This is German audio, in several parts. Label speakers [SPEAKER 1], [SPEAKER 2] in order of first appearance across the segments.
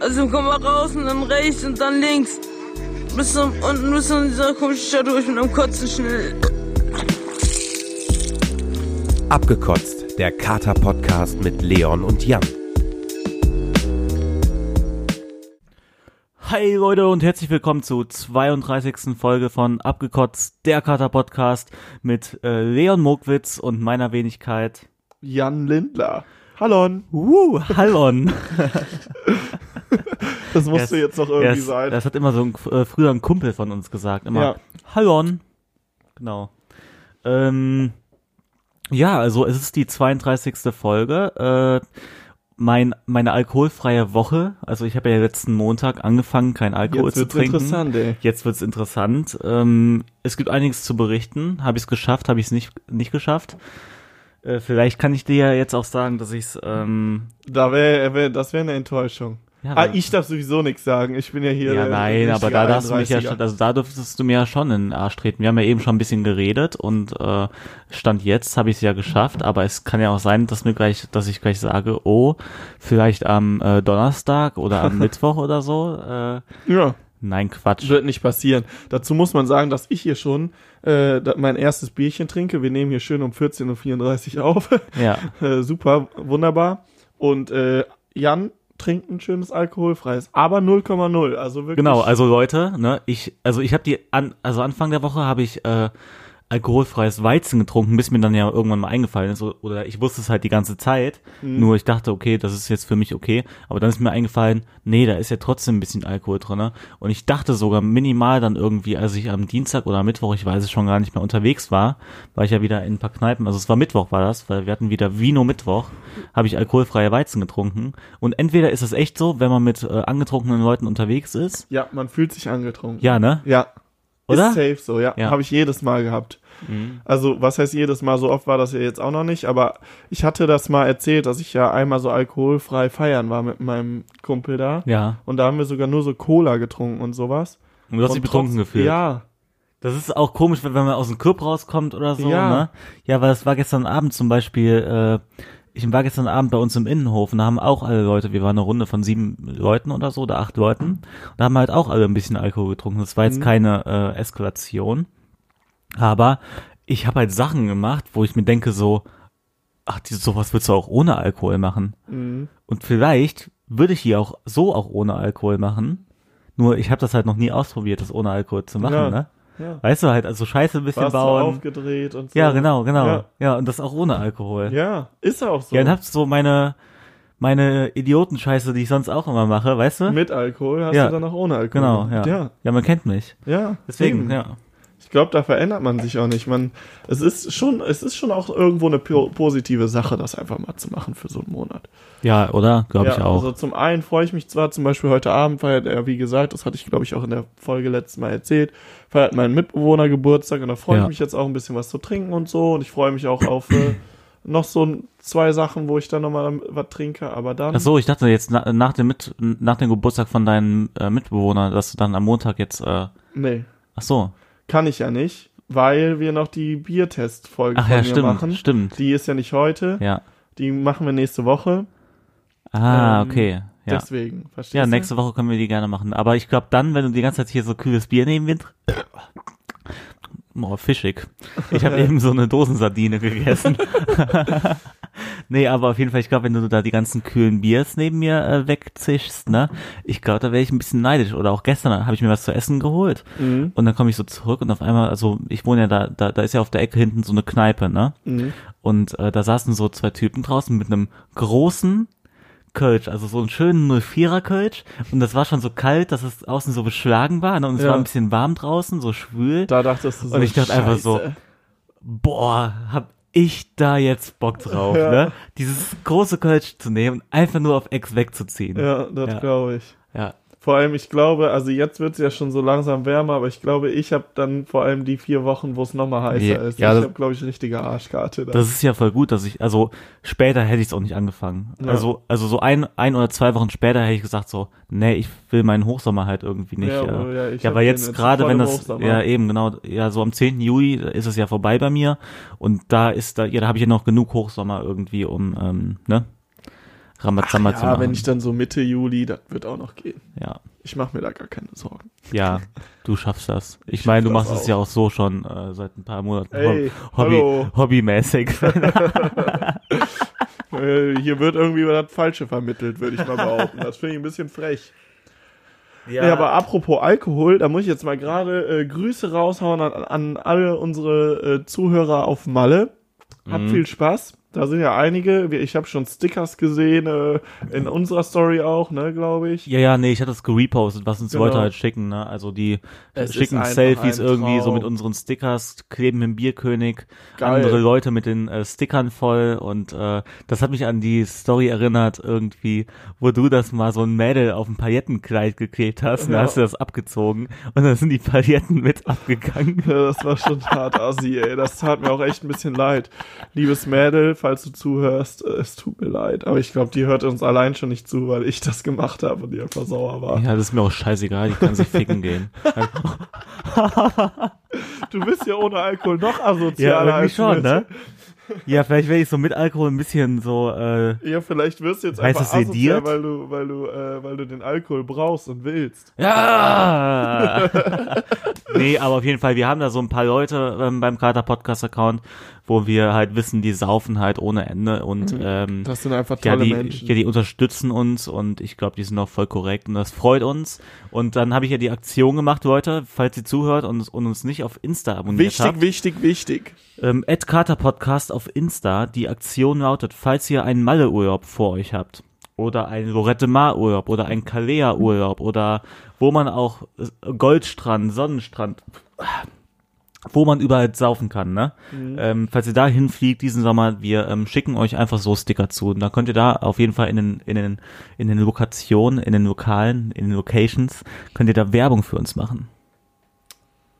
[SPEAKER 1] Also komm mal raus und dann rechts und dann links. Bis zum, unten bis zu dieser komischen Stadt durch mit einem Kotzen schnell.
[SPEAKER 2] Abgekotzt, der Kater-Podcast mit Leon und Jan.
[SPEAKER 3] Hi Leute und herzlich willkommen zur 32. Folge von Abgekotzt, der Kater-Podcast mit äh, Leon Mokwitz und meiner Wenigkeit.
[SPEAKER 4] Jan Lindler. Hallon.
[SPEAKER 3] Uh, Hallon.
[SPEAKER 4] Das musste jetzt noch irgendwie
[SPEAKER 3] das,
[SPEAKER 4] sein.
[SPEAKER 3] das hat immer so ein, äh, früher ein Kumpel von uns gesagt. Immer,
[SPEAKER 4] Ja.
[SPEAKER 3] Hallon. Genau. Ähm, ja, also es ist die 32. Folge. Äh, mein, meine alkoholfreie Woche, also ich habe ja letzten Montag angefangen, kein Alkohol
[SPEAKER 4] jetzt
[SPEAKER 3] zu
[SPEAKER 4] wird's
[SPEAKER 3] trinken.
[SPEAKER 4] interessant, ey.
[SPEAKER 3] Jetzt wird's interessant. Ähm, es gibt einiges zu berichten. Habe ich es geschafft? Habe ich es nicht nicht geschafft? Äh, vielleicht kann ich dir ja jetzt auch sagen, dass ich's ähm,
[SPEAKER 4] Da wär, wär, das wäre eine Enttäuschung.
[SPEAKER 3] Ja,
[SPEAKER 4] ah,
[SPEAKER 3] aber-
[SPEAKER 4] ich darf sowieso nichts sagen. Ich bin ja hier.
[SPEAKER 3] ja
[SPEAKER 4] der
[SPEAKER 3] nein, aber da
[SPEAKER 4] richtige
[SPEAKER 3] darfst du mich ja
[SPEAKER 4] 31er.
[SPEAKER 3] schon, also da dürftest du mir ja schon in den Arsch treten. Wir haben ja eben schon ein bisschen geredet und äh, stand jetzt habe ich es ja geschafft, aber es kann ja auch sein, dass mir gleich, dass ich gleich sage, oh, vielleicht am äh, Donnerstag oder am Mittwoch oder so. Äh,
[SPEAKER 4] Ja,
[SPEAKER 3] nein, Quatsch.
[SPEAKER 4] wird nicht passieren. Dazu muss man sagen, dass ich hier schon äh, da- mein erstes Bierchen trinke. Wir nehmen hier schön um 14.34 Uhr auf.
[SPEAKER 3] Ja,
[SPEAKER 4] Äh, super, wunderbar. Und äh, Jan trinkt ein schönes alkoholfreies, aber 0,0. Also wirklich.
[SPEAKER 3] genau. Also Leute, ne, ich, also ich habe die, an, also Anfang der Woche habe ich äh, alkoholfreies Weizen getrunken, bis mir dann ja irgendwann mal eingefallen ist o- oder ich wusste es halt die ganze Zeit. Nur ich dachte, okay, das ist jetzt für mich okay, aber dann ist mir eingefallen, nee, da ist ja trotzdem ein bisschen Alkohol drin. Ne? Und ich dachte sogar minimal dann irgendwie, als ich am Dienstag oder am Mittwoch, ich weiß es schon gar nicht mehr unterwegs war, war ich ja wieder in ein paar Kneipen. Also es war Mittwoch war das, weil wir hatten wieder Vino Mittwoch, habe ich alkoholfreie Weizen getrunken. Und entweder ist es echt so, wenn man mit äh, angetrunkenen Leuten unterwegs ist.
[SPEAKER 4] ja, man fühlt sich angetrunken.
[SPEAKER 3] Ja, ne?
[SPEAKER 4] Ja.
[SPEAKER 3] Oder?
[SPEAKER 4] Ist safe so, ja.
[SPEAKER 3] Ja. Mhm.
[SPEAKER 4] Habe ich jedes Mal gehabt. Also, was heißt jedes Mal? So oft war das ja jetzt auch noch nicht, aber ich hatte das mal erzählt, dass ich ja einmal so alkoholfrei feiern war mit meinem Kumpel da.
[SPEAKER 3] Ja.
[SPEAKER 4] Und da haben wir sogar nur so Cola getrunken und sowas.
[SPEAKER 3] Und du hast
[SPEAKER 4] und
[SPEAKER 3] dich betrunken
[SPEAKER 4] trotz-
[SPEAKER 3] gefühlt.
[SPEAKER 4] Ja.
[SPEAKER 3] Das ist auch komisch, wenn wenn man aus dem Club rauskommt oder so.
[SPEAKER 4] Ja.
[SPEAKER 3] Ne? ja, weil das war gestern Abend zum Beispiel, äh, ich war gestern Abend bei uns im Innenhof und da haben auch alle Leute, wir waren eine Runde von sieben Leuten oder so oder acht Leuten und da haben halt auch alle ein bisschen Alkohol getrunken. Das war jetzt
[SPEAKER 4] Mhm.
[SPEAKER 3] keine äh, Eskalation. Aber ich habe halt Sachen gemacht, wo ich mir denke so, ach, die, sowas willst du auch ohne Alkohol machen.
[SPEAKER 4] Mhm.
[SPEAKER 3] Und vielleicht würde ich die auch so auch ohne Alkohol machen. Nur ich habe das halt noch nie ausprobiert, das ohne Alkohol zu machen,
[SPEAKER 4] Ja.
[SPEAKER 3] ne?
[SPEAKER 4] Ja.
[SPEAKER 3] Weißt du, halt, also Scheiße ein bisschen
[SPEAKER 4] Warst du
[SPEAKER 3] bauen.
[SPEAKER 4] aufgedreht und so.
[SPEAKER 3] ja, genau, genau. Ja.
[SPEAKER 4] Ja.
[SPEAKER 3] und das auch ohne Alkohol. Ja,
[SPEAKER 4] Ja, ist auch so.
[SPEAKER 3] dann habst du so meine, meine Idiotenscheiße, die ich sonst auch immer mache, weißt du?
[SPEAKER 4] Mit Alkohol hast
[SPEAKER 3] ne? Ja.
[SPEAKER 4] du dann auch ohne Alkohol.
[SPEAKER 3] genau, ja. ja.
[SPEAKER 4] Ja,
[SPEAKER 3] man kennt mich.
[SPEAKER 4] ja.
[SPEAKER 3] Deswegen,
[SPEAKER 4] eben.
[SPEAKER 3] ja.
[SPEAKER 4] Ich glaube, da verändert man sich auch nicht. Man, es ist schon, es ist schon auch irgendwo eine po- positive Sache, das einfach mal zu machen für so einen Monat.
[SPEAKER 3] Ja, oder? Glaube ich auch.
[SPEAKER 4] Also zum einen freue ich mich zwar zum Beispiel heute Abend feiert er, wie gesagt, das hatte ich glaube ich auch in der Folge letztes Mal erzählt, feiert mein Mitbewohner Geburtstag und da freue
[SPEAKER 3] Ja.
[SPEAKER 4] ich mich jetzt auch ein bisschen was zu trinken und so und ich freue mich auch auf äh, noch so ein- zwei Sachen, wo ich dann nochmal was trinke, aber dann.
[SPEAKER 3] Ach so, ich dachte jetzt na, nach dem Mit, nach dem Geburtstag von deinem äh, Mitbewohner, dass du dann am Montag jetzt, äh,
[SPEAKER 4] Nee,
[SPEAKER 3] ach so.
[SPEAKER 4] kann ich ja nicht, weil wir noch die Biertest-Folge
[SPEAKER 3] Ach
[SPEAKER 4] von
[SPEAKER 3] ja,
[SPEAKER 4] mir
[SPEAKER 3] stimmt,
[SPEAKER 4] machen.
[SPEAKER 3] stimmt.
[SPEAKER 4] Die ist ja nicht heute,
[SPEAKER 3] Ja.
[SPEAKER 4] die machen wir nächste Woche.
[SPEAKER 3] Ah,
[SPEAKER 4] Ähm,
[SPEAKER 3] okay. Ja.
[SPEAKER 4] Deswegen, verstehst
[SPEAKER 3] Ja,
[SPEAKER 4] du?
[SPEAKER 3] nächste Woche können wir die gerne machen. Aber ich glaube dann, wenn du die ganze Zeit hier so kühles Bier nehmen willst. Oh, fischig. Ich habe eben so eine Dosensardine gegessen. nee, aber auf jeden Fall, ich glaube, wenn du da die ganzen kühlen Biers neben mir äh, wegzischst, ne? Ich glaube, da wäre ich ein bisschen neidisch. Oder auch gestern habe ich mir was zu essen geholt.
[SPEAKER 4] Mhm.
[SPEAKER 3] Und dann komme ich so zurück und auf einmal, also ich wohne ja da, da, da ist ja auf der Ecke hinten so eine Kneipe, ne?
[SPEAKER 4] Mhm.
[SPEAKER 3] Und äh, da saßen so zwei Typen draußen mit einem großen Kölsch, also so einen schönen 04er Kölsch. Und das war schon so kalt, dass es außen so beschlagen war. Ne? Und es
[SPEAKER 4] Ja.
[SPEAKER 3] war ein bisschen warm draußen, so schwül.
[SPEAKER 4] Da dachtest du so,
[SPEAKER 3] Und ich dachte einfach so,
[SPEAKER 4] Scheiße.
[SPEAKER 3] Boah, hab ich da jetzt Bock drauf,
[SPEAKER 4] Ja.
[SPEAKER 3] ne? Dieses große Kölsch zu nehmen und einfach nur auf Ex wegzuziehen.
[SPEAKER 4] Ja, das
[SPEAKER 3] Ja.
[SPEAKER 4] glaube ich.
[SPEAKER 3] ja.
[SPEAKER 4] Vor allem, ich glaube, also jetzt wird es ja schon so langsam wärmer, aber ich glaube, ich habe dann vor allem die vier Wochen, wo es nochmal heißer
[SPEAKER 3] Ja,
[SPEAKER 4] ist.
[SPEAKER 3] ja,
[SPEAKER 4] ich
[SPEAKER 3] das-
[SPEAKER 4] habe, glaube ich, richtige Arschkarte. Da.
[SPEAKER 3] Das ist ja voll gut, dass ich, also später hätte ich es auch nicht angefangen.
[SPEAKER 4] Ja.
[SPEAKER 3] Also, also so ein, ein oder zwei Wochen später hätte ich gesagt so, nee, ich will meinen Hochsommer halt irgendwie nicht.
[SPEAKER 4] Ja,
[SPEAKER 3] äh,
[SPEAKER 4] oh ja, ich
[SPEAKER 3] ja
[SPEAKER 4] hab
[SPEAKER 3] aber
[SPEAKER 4] den
[SPEAKER 3] jetzt
[SPEAKER 4] jetzt
[SPEAKER 3] gerade,
[SPEAKER 4] voll
[SPEAKER 3] wenn
[SPEAKER 4] im
[SPEAKER 3] das,
[SPEAKER 4] Hochsommer.
[SPEAKER 3] ja eben, genau, ja, so am 10. Juli ist es ja vorbei bei mir und da ist, da, ja, da habe ich ja noch genug Hochsommer irgendwie, um, ähm, ne, Ramazamba zu
[SPEAKER 4] Ja, wenn
[SPEAKER 3] machen.
[SPEAKER 4] ich dann so Mitte Juli, das wird auch noch gehen.
[SPEAKER 3] Ja,
[SPEAKER 4] Ich mache mir da gar keine Sorgen.
[SPEAKER 3] ja, du schaffst das. Ich, meine, du
[SPEAKER 4] das
[SPEAKER 3] machst es
[SPEAKER 4] auch.
[SPEAKER 3] ja auch so schon äh, seit ein paar Monaten Hob-
[SPEAKER 4] Ey,
[SPEAKER 3] Hobby,
[SPEAKER 4] hallo.
[SPEAKER 3] hobbymäßig.
[SPEAKER 4] Äh, hier wird irgendwie das Falsche vermittelt, würde ich mal behaupten. Das finde ich ein bisschen frech. Ja. aber apropos Alkohol, da muss ich jetzt mal gerade äh, Grüße raushauen an, an alle unsere äh, Zuhörer auf Malle. Hat viel Spaß. Da sind ja einige. Wir- Ich habe schon Stickers gesehen, äh, in unserer Story auch, ne, glaube ich.
[SPEAKER 3] Ja, ja, nee, ich hatte das gerepostet, was uns
[SPEAKER 4] Genau.
[SPEAKER 3] Leute halt schicken, ne? Also die
[SPEAKER 4] Es ist
[SPEAKER 3] schicken
[SPEAKER 4] einfach
[SPEAKER 3] Selfies
[SPEAKER 4] ein
[SPEAKER 3] irgendwie so
[SPEAKER 4] Traum.
[SPEAKER 3] mit unseren Stickers, kleben im Bierkönig,
[SPEAKER 4] Geil.
[SPEAKER 3] andere Leute mit den äh, Stickern voll und äh, das hat mich an die Story erinnert irgendwie, wo du das mal so ein Mädel auf ein Paillettenkleid geklebt hast und da
[SPEAKER 4] Ja.
[SPEAKER 3] hast du das abgezogen und dann sind die Pailletten mit abgegangen.
[SPEAKER 4] Ja, Das war schon hart assi, ey. Das tat mir auch echt ein bisschen leid. Liebes Mädel, falls du zuhörst, äh, es tut mir leid. Aber ich glaube, die hört uns allein schon nicht zu, weil ich das gemacht habe und die einfach sauer war.
[SPEAKER 3] Ja, das ist mir auch scheißegal, die kann sich ficken gehen.
[SPEAKER 4] Du bist ja ohne Alkohol noch
[SPEAKER 3] ja,
[SPEAKER 4] asozialer
[SPEAKER 3] irgendwie
[SPEAKER 4] als
[SPEAKER 3] schon,
[SPEAKER 4] wir.
[SPEAKER 3] ne? Ja, vielleicht werde ich so mit Alkohol ein bisschen so, äh,
[SPEAKER 4] Ja, vielleicht wirst du jetzt
[SPEAKER 3] Heißt
[SPEAKER 4] einfach
[SPEAKER 3] das
[SPEAKER 4] asozial,
[SPEAKER 3] sediert?
[SPEAKER 4] weil du, weil du, äh, weil du den Alkohol brauchst und willst.
[SPEAKER 3] Ja! nee, aber auf jeden Fall, wir haben da so ein paar Leute ähm, beim Kater Podcast Account, wo wir halt wissen, die saufen halt ohne Ende und ähm,
[SPEAKER 4] Mhm. Das sind einfach
[SPEAKER 3] ja,
[SPEAKER 4] tolle
[SPEAKER 3] die,
[SPEAKER 4] Menschen.
[SPEAKER 3] ja, die unterstützen uns und ich glaube, die sind auch voll korrekt und das freut uns. Und dann habe ich ja die Aktion gemacht, Leute, falls ihr zuhört und, und uns nicht auf Insta abonniert habt.
[SPEAKER 4] wichtig, wichtig, wichtig.
[SPEAKER 3] Ähm, Podcast auf Insta. Die Aktion lautet, falls ihr einen Malle-Urlaub vor euch habt oder einen Lorette Mar-Urlaub oder einen Kalea-Urlaub oder wo man auch äh, Goldstrand, Sonnenstrand, wo man überall saufen kann, ne? Ähm, falls ihr da hinfliegt diesen Sommer, wir ähm, schicken euch einfach so Sticker zu. Und dann könnt ihr da auf jeden Fall in den, in den, in den Lokationen, in den Lokalen, in den Locations, könnt ihr da Werbung für uns machen.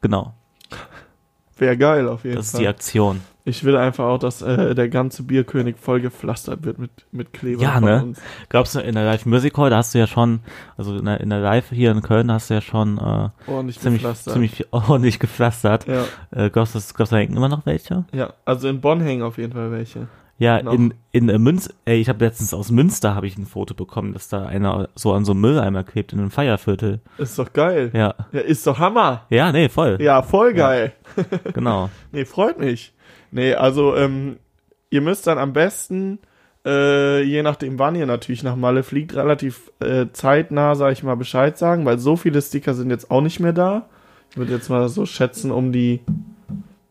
[SPEAKER 3] Genau.
[SPEAKER 4] Wäre geil auf jeden
[SPEAKER 3] Das ist die
[SPEAKER 4] Fall.
[SPEAKER 3] Aktion.
[SPEAKER 4] Ich will einfach auch, dass äh, der ganze Bierkönig voll gepflastert wird mit, mit Kleber
[SPEAKER 3] Ja,
[SPEAKER 4] von
[SPEAKER 3] ne?
[SPEAKER 4] uns.
[SPEAKER 3] Glaubst du, in der Live Music Hall, da hast du ja schon, also in der, in der Live hier in Köln, da hast du ja schon äh,
[SPEAKER 4] Ordentlich
[SPEAKER 3] ziemlich,
[SPEAKER 4] gepflastert.
[SPEAKER 3] ziemlich viel- ordentlich gepflastert.
[SPEAKER 4] ja.
[SPEAKER 3] Äh, glaubst du, es- glaubst du, da hängen immer noch welche?
[SPEAKER 4] ja, also in Bonn hängen auf jeden Fall welche.
[SPEAKER 3] Ja,
[SPEAKER 4] Noch.
[SPEAKER 3] in, in äh, Münster, ey, ich habe letztens aus Münster habe ich ein Foto bekommen, dass da einer so an so einem Mülleimer klebt in einem Feierviertel.
[SPEAKER 4] Ist doch geil.
[SPEAKER 3] Ja.
[SPEAKER 4] ja ist doch Hammer.
[SPEAKER 3] Ja, nee, voll.
[SPEAKER 4] Ja, voll geil.
[SPEAKER 3] Genau.
[SPEAKER 4] Nee, freut mich. Nee, also ähm, ihr müsst dann am besten, äh, je nachdem wann ihr natürlich nach Malle fliegt, relativ äh, zeitnah, sag ich mal, Bescheid sagen, weil so viele Sticker sind jetzt auch nicht mehr da. Ich würde jetzt mal so schätzen, um die,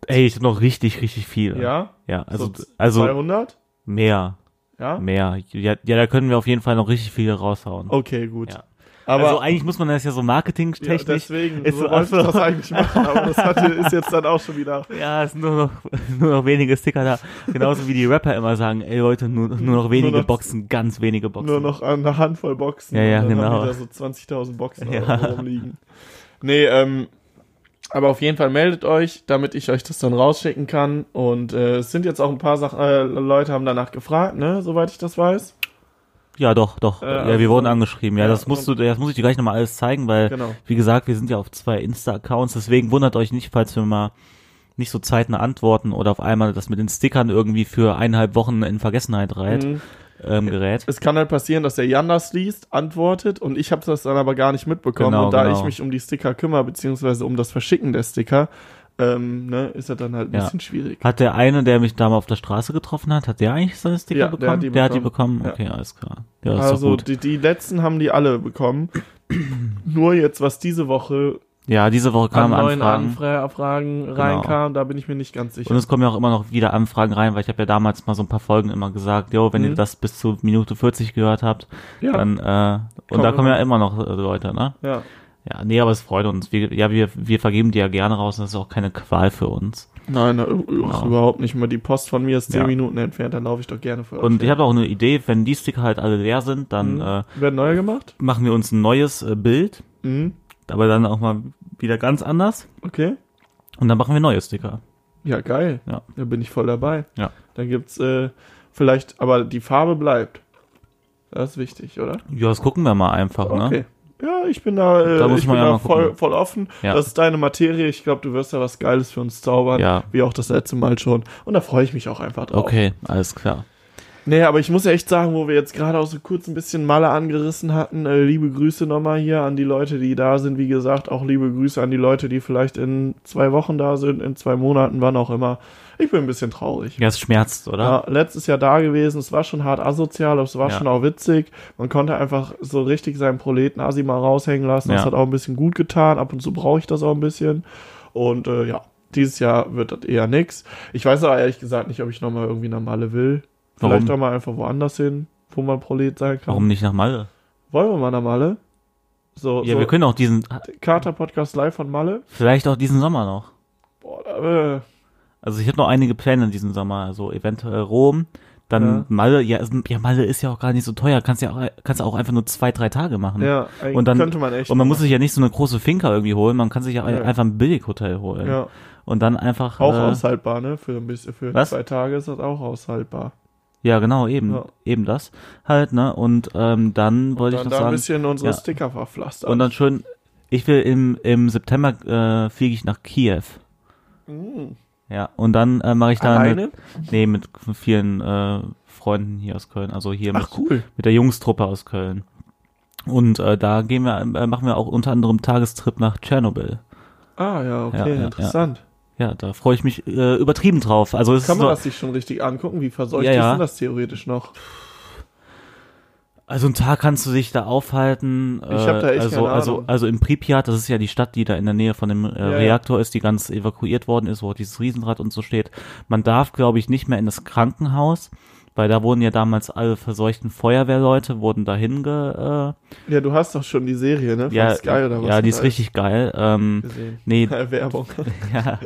[SPEAKER 3] Ey, ich habe noch richtig, richtig viele.
[SPEAKER 4] ja,
[SPEAKER 3] Ja, also,
[SPEAKER 4] so
[SPEAKER 3] also
[SPEAKER 4] 200?
[SPEAKER 3] mehr,
[SPEAKER 4] Ja?
[SPEAKER 3] mehr. Ja, ja, da können wir auf jeden Fall noch richtig viele raushauen.
[SPEAKER 4] Okay, gut.
[SPEAKER 3] Ja.
[SPEAKER 4] Oh, Aber
[SPEAKER 3] also eigentlich muss man das ja so
[SPEAKER 4] ja,
[SPEAKER 3] marketingtechnisch.
[SPEAKER 4] deswegen,
[SPEAKER 3] ist
[SPEAKER 4] so
[SPEAKER 3] so
[SPEAKER 4] wollte ich
[SPEAKER 3] einfach-
[SPEAKER 4] das eigentlich machen, aber das hatte, ist jetzt dann auch schon wieder,
[SPEAKER 3] Ja, es sind nur noch, nur noch wenige Sticker da. Genauso wie die Rapper immer sagen, ey Leute, nur, nur noch wenige
[SPEAKER 4] noch-
[SPEAKER 3] Boxen, ganz wenige Boxen.
[SPEAKER 4] Nur noch eine Handvoll Boxen.
[SPEAKER 3] Ja, ja,
[SPEAKER 4] und dann
[SPEAKER 3] genau.
[SPEAKER 4] Haben die da so 20.000 Boxen
[SPEAKER 3] Ja.
[SPEAKER 4] ja. rumliegen. Nee, ähm, aber auf jeden Fall meldet euch, damit ich euch das dann rausschicken kann. Und äh, es sind jetzt auch ein paar Sachen, äh, Leute haben danach gefragt, ne, soweit ich das weiß.
[SPEAKER 3] Ja, doch, doch.
[SPEAKER 4] Äh,
[SPEAKER 3] ja, wir
[SPEAKER 4] also-
[SPEAKER 3] wurden angeschrieben. Ja,
[SPEAKER 4] ja,
[SPEAKER 3] das musst du, das muss ich dir gleich nochmal alles zeigen, weil,
[SPEAKER 4] Genau.
[SPEAKER 3] wie gesagt, wir sind ja auf zwei Insta-Accounts, deswegen wundert euch nicht, falls wir mal nicht so zeitnah antworten oder auf einmal das mit den Stickern irgendwie für eineinhalb Wochen in Vergessenheit reit,
[SPEAKER 4] Mhm.
[SPEAKER 3] ähm, gerät.
[SPEAKER 4] Es kann halt passieren, dass der Jan das liest, antwortet und ich habe das dann aber gar nicht mitbekommen.
[SPEAKER 3] Genau,
[SPEAKER 4] und da
[SPEAKER 3] genau.
[SPEAKER 4] ich mich um die Sticker kümmere, beziehungsweise um das Verschicken der Sticker, ähm, ne, ist das dann halt ein
[SPEAKER 3] Ja.
[SPEAKER 4] bisschen schwierig.
[SPEAKER 3] Hat der eine, der mich da mal auf der Straße getroffen hat, hat der eigentlich seine Sticker
[SPEAKER 4] Ja, der
[SPEAKER 3] bekommen?
[SPEAKER 4] hat die
[SPEAKER 3] der hat die
[SPEAKER 4] bekommen.
[SPEAKER 3] bekommen?
[SPEAKER 4] Ja.
[SPEAKER 3] Okay, alles klar. Ja, ist doch
[SPEAKER 4] also
[SPEAKER 3] gut.
[SPEAKER 4] die, die letzten haben die alle bekommen. Nur jetzt, was diese Woche
[SPEAKER 3] Ja, diese Woche kamen
[SPEAKER 4] an neuen
[SPEAKER 3] Anfragen.
[SPEAKER 4] Anfra Anfragen reinkam, da bin ich mir nicht ganz
[SPEAKER 3] Und
[SPEAKER 4] sicher.
[SPEAKER 3] es kommen ja auch immer noch wieder Anfragen rein, weil ich habe ja damals mal so ein paar Folgen immer gesagt, jo, wenn ihr
[SPEAKER 4] Mhm.
[SPEAKER 3] das bis zu Minute 40 gehört habt,
[SPEAKER 4] Ja.
[SPEAKER 3] dann äh, und
[SPEAKER 4] Kommen
[SPEAKER 3] da kommen
[SPEAKER 4] immer.
[SPEAKER 3] ja immer noch äh, Leute, ne?
[SPEAKER 4] Ja.
[SPEAKER 3] Ja, nee, aber es freut uns. Wir, ja, wir, wir vergeben die ja gerne raus und das ist auch keine Qual für uns.
[SPEAKER 4] Nein, na, ü- ü-
[SPEAKER 3] Genau.
[SPEAKER 4] überhaupt nicht. Mal die Post von mir ist 10
[SPEAKER 3] Ja.
[SPEAKER 4] Minuten entfernt, dann laufe ich doch gerne vor.
[SPEAKER 3] Und ich habe auch eine Idee, wenn die Sticker halt alle leer sind, dann äh,
[SPEAKER 4] Mhm. Werden neu gemacht?
[SPEAKER 3] machen wir uns ein neues äh, Bild,
[SPEAKER 4] Mhm.
[SPEAKER 3] aber dann auch mal wieder ganz anders
[SPEAKER 4] Okay.
[SPEAKER 3] und dann machen wir neue Sticker.
[SPEAKER 4] Ja, geil.
[SPEAKER 3] Ja.
[SPEAKER 4] Da bin ich voll dabei.
[SPEAKER 3] Ja.
[SPEAKER 4] Dann gibt's äh, vielleicht, aber die Farbe bleibt. Das ist wichtig, oder?
[SPEAKER 3] Ja, das gucken wir mal einfach, ne?
[SPEAKER 4] Okay. Ja, ich bin da, äh,
[SPEAKER 3] Da muss
[SPEAKER 4] ich
[SPEAKER 3] man
[SPEAKER 4] bin
[SPEAKER 3] ja
[SPEAKER 4] da
[SPEAKER 3] mal
[SPEAKER 4] voll,
[SPEAKER 3] gucken.
[SPEAKER 4] voll offen.
[SPEAKER 3] Ja.
[SPEAKER 4] Das ist deine Materie. Ich glaube, du wirst da was Geiles für uns zaubern.
[SPEAKER 3] Ja.
[SPEAKER 4] Wie auch das letzte Mal schon. Und da freue ich mich auch einfach drauf.
[SPEAKER 3] Okay, alles klar.
[SPEAKER 4] Nee, aber ich muss echt sagen, wo wir jetzt gerade auch so kurz ein bisschen Malle angerissen hatten, äh, liebe Grüße nochmal hier an die Leute, die da sind. Wie gesagt, auch liebe Grüße an die Leute, die vielleicht in zwei Wochen da sind, in zwei Monaten, wann auch immer. Ich bin ein bisschen traurig.
[SPEAKER 3] Ja, es schmerzt, oder?
[SPEAKER 4] Ja, letztes Jahr da gewesen, es war schon hart asozial, aber es war
[SPEAKER 3] Ne? Ja.
[SPEAKER 4] schon auch witzig. Man konnte einfach so richtig seinen Proleten-Asi mal raushängen lassen. Das
[SPEAKER 3] Ja.
[SPEAKER 4] hat auch ein bisschen gut getan. Ab und zu brauche ich das auch ein bisschen. Und äh, ja, dieses Jahr wird das eher nix. Ich weiß aber ehrlich gesagt nicht, ob ich nochmal irgendwie nach Malle will.
[SPEAKER 3] Warum?
[SPEAKER 4] Vielleicht auch mal einfach woanders hin, wo man Prolet sein kann.
[SPEAKER 3] Warum nicht nach Malle?
[SPEAKER 4] Wollen wir mal nach Malle? So,
[SPEAKER 3] Ja,
[SPEAKER 4] so
[SPEAKER 3] wir können auch diesen,
[SPEAKER 4] Kater-Podcast live von Malle.
[SPEAKER 3] vielleicht auch diesen Sommer noch.
[SPEAKER 4] Boah, da, äh,
[SPEAKER 3] Also ich habe noch einige Pläne diesen Sommer, also eventuell Rom, dann
[SPEAKER 4] Ja.
[SPEAKER 3] Malle, ja, ist, ja, Malle ist ja auch gar nicht so teuer, kannst ja auch, kannst auch einfach nur zwei, drei Tage machen.
[SPEAKER 4] ja, eigentlich
[SPEAKER 3] Hm. Und dann-
[SPEAKER 4] könnte man echt.
[SPEAKER 3] Und man muss sich ja nicht so eine große Finca irgendwie holen, man kann sich ja,
[SPEAKER 4] Ja.
[SPEAKER 3] einfach ein Billighotel holen.
[SPEAKER 4] ja,
[SPEAKER 3] Und dann einfach.
[SPEAKER 4] auch
[SPEAKER 3] äh,
[SPEAKER 4] aushaltbar, ne? Für ein bisschen, für
[SPEAKER 3] Was?
[SPEAKER 4] zwei Tage ist das auch aushaltbar.
[SPEAKER 3] Ja, genau, eben.
[SPEAKER 4] Ja.
[SPEAKER 3] Eben das. Halt, ne? Und ähm, dann wollte ich
[SPEAKER 4] dann
[SPEAKER 3] noch
[SPEAKER 4] da ein
[SPEAKER 3] sagen.
[SPEAKER 4] bisschen unsere
[SPEAKER 3] ja.
[SPEAKER 4] Sticker verpflastern.
[SPEAKER 3] Und dann schön, ich will im, im September äh, fliege ich nach Kiew. Ja, und dann äh, mache ich da
[SPEAKER 4] Mm. Alleine?
[SPEAKER 3] Mit, nee, mit vielen äh, Freunden hier aus Köln, also hier mit,
[SPEAKER 4] Ach cool.
[SPEAKER 3] mit der Jungstruppe aus Köln. Und äh, da gehen wir, äh, machen wir auch unter anderem Tagestrip nach Tschernobyl.
[SPEAKER 4] Ah ja, okay,
[SPEAKER 3] Ja, ja, ja.
[SPEAKER 4] interessant.
[SPEAKER 3] Ja, da freue ich mich äh, übertrieben drauf. Also es ist
[SPEAKER 4] Kann man
[SPEAKER 3] so,
[SPEAKER 4] das sich schon richtig angucken? Wie verseucht
[SPEAKER 3] Ja,
[SPEAKER 4] ist
[SPEAKER 3] ja.
[SPEAKER 4] denn das theoretisch noch?
[SPEAKER 3] also einen Tag kannst du dich da aufhalten.
[SPEAKER 4] Ich hab da echt
[SPEAKER 3] also,
[SPEAKER 4] keine
[SPEAKER 3] also,
[SPEAKER 4] Ahnung.
[SPEAKER 3] also in Pripyat, das ist ja die Stadt, die da in der Nähe von dem äh,
[SPEAKER 4] Ja, ja.
[SPEAKER 3] Reaktor ist, die ganz evakuiert worden ist, wo auch dieses Riesenrad und so steht. Man darf, glaube ich, nicht mehr in das Krankenhaus, weil da wurden ja damals alle verseuchten Feuerwehrleute, wurden dahin ge,
[SPEAKER 4] Ja, du hast doch schon die Serie, ne?
[SPEAKER 3] äh, ja,
[SPEAKER 4] Sky oder was?
[SPEAKER 3] ja, die ist
[SPEAKER 4] da
[SPEAKER 3] richtig geil. Ähm,
[SPEAKER 4] Gesehen.
[SPEAKER 3] nee,
[SPEAKER 4] Werbung.
[SPEAKER 3] ja,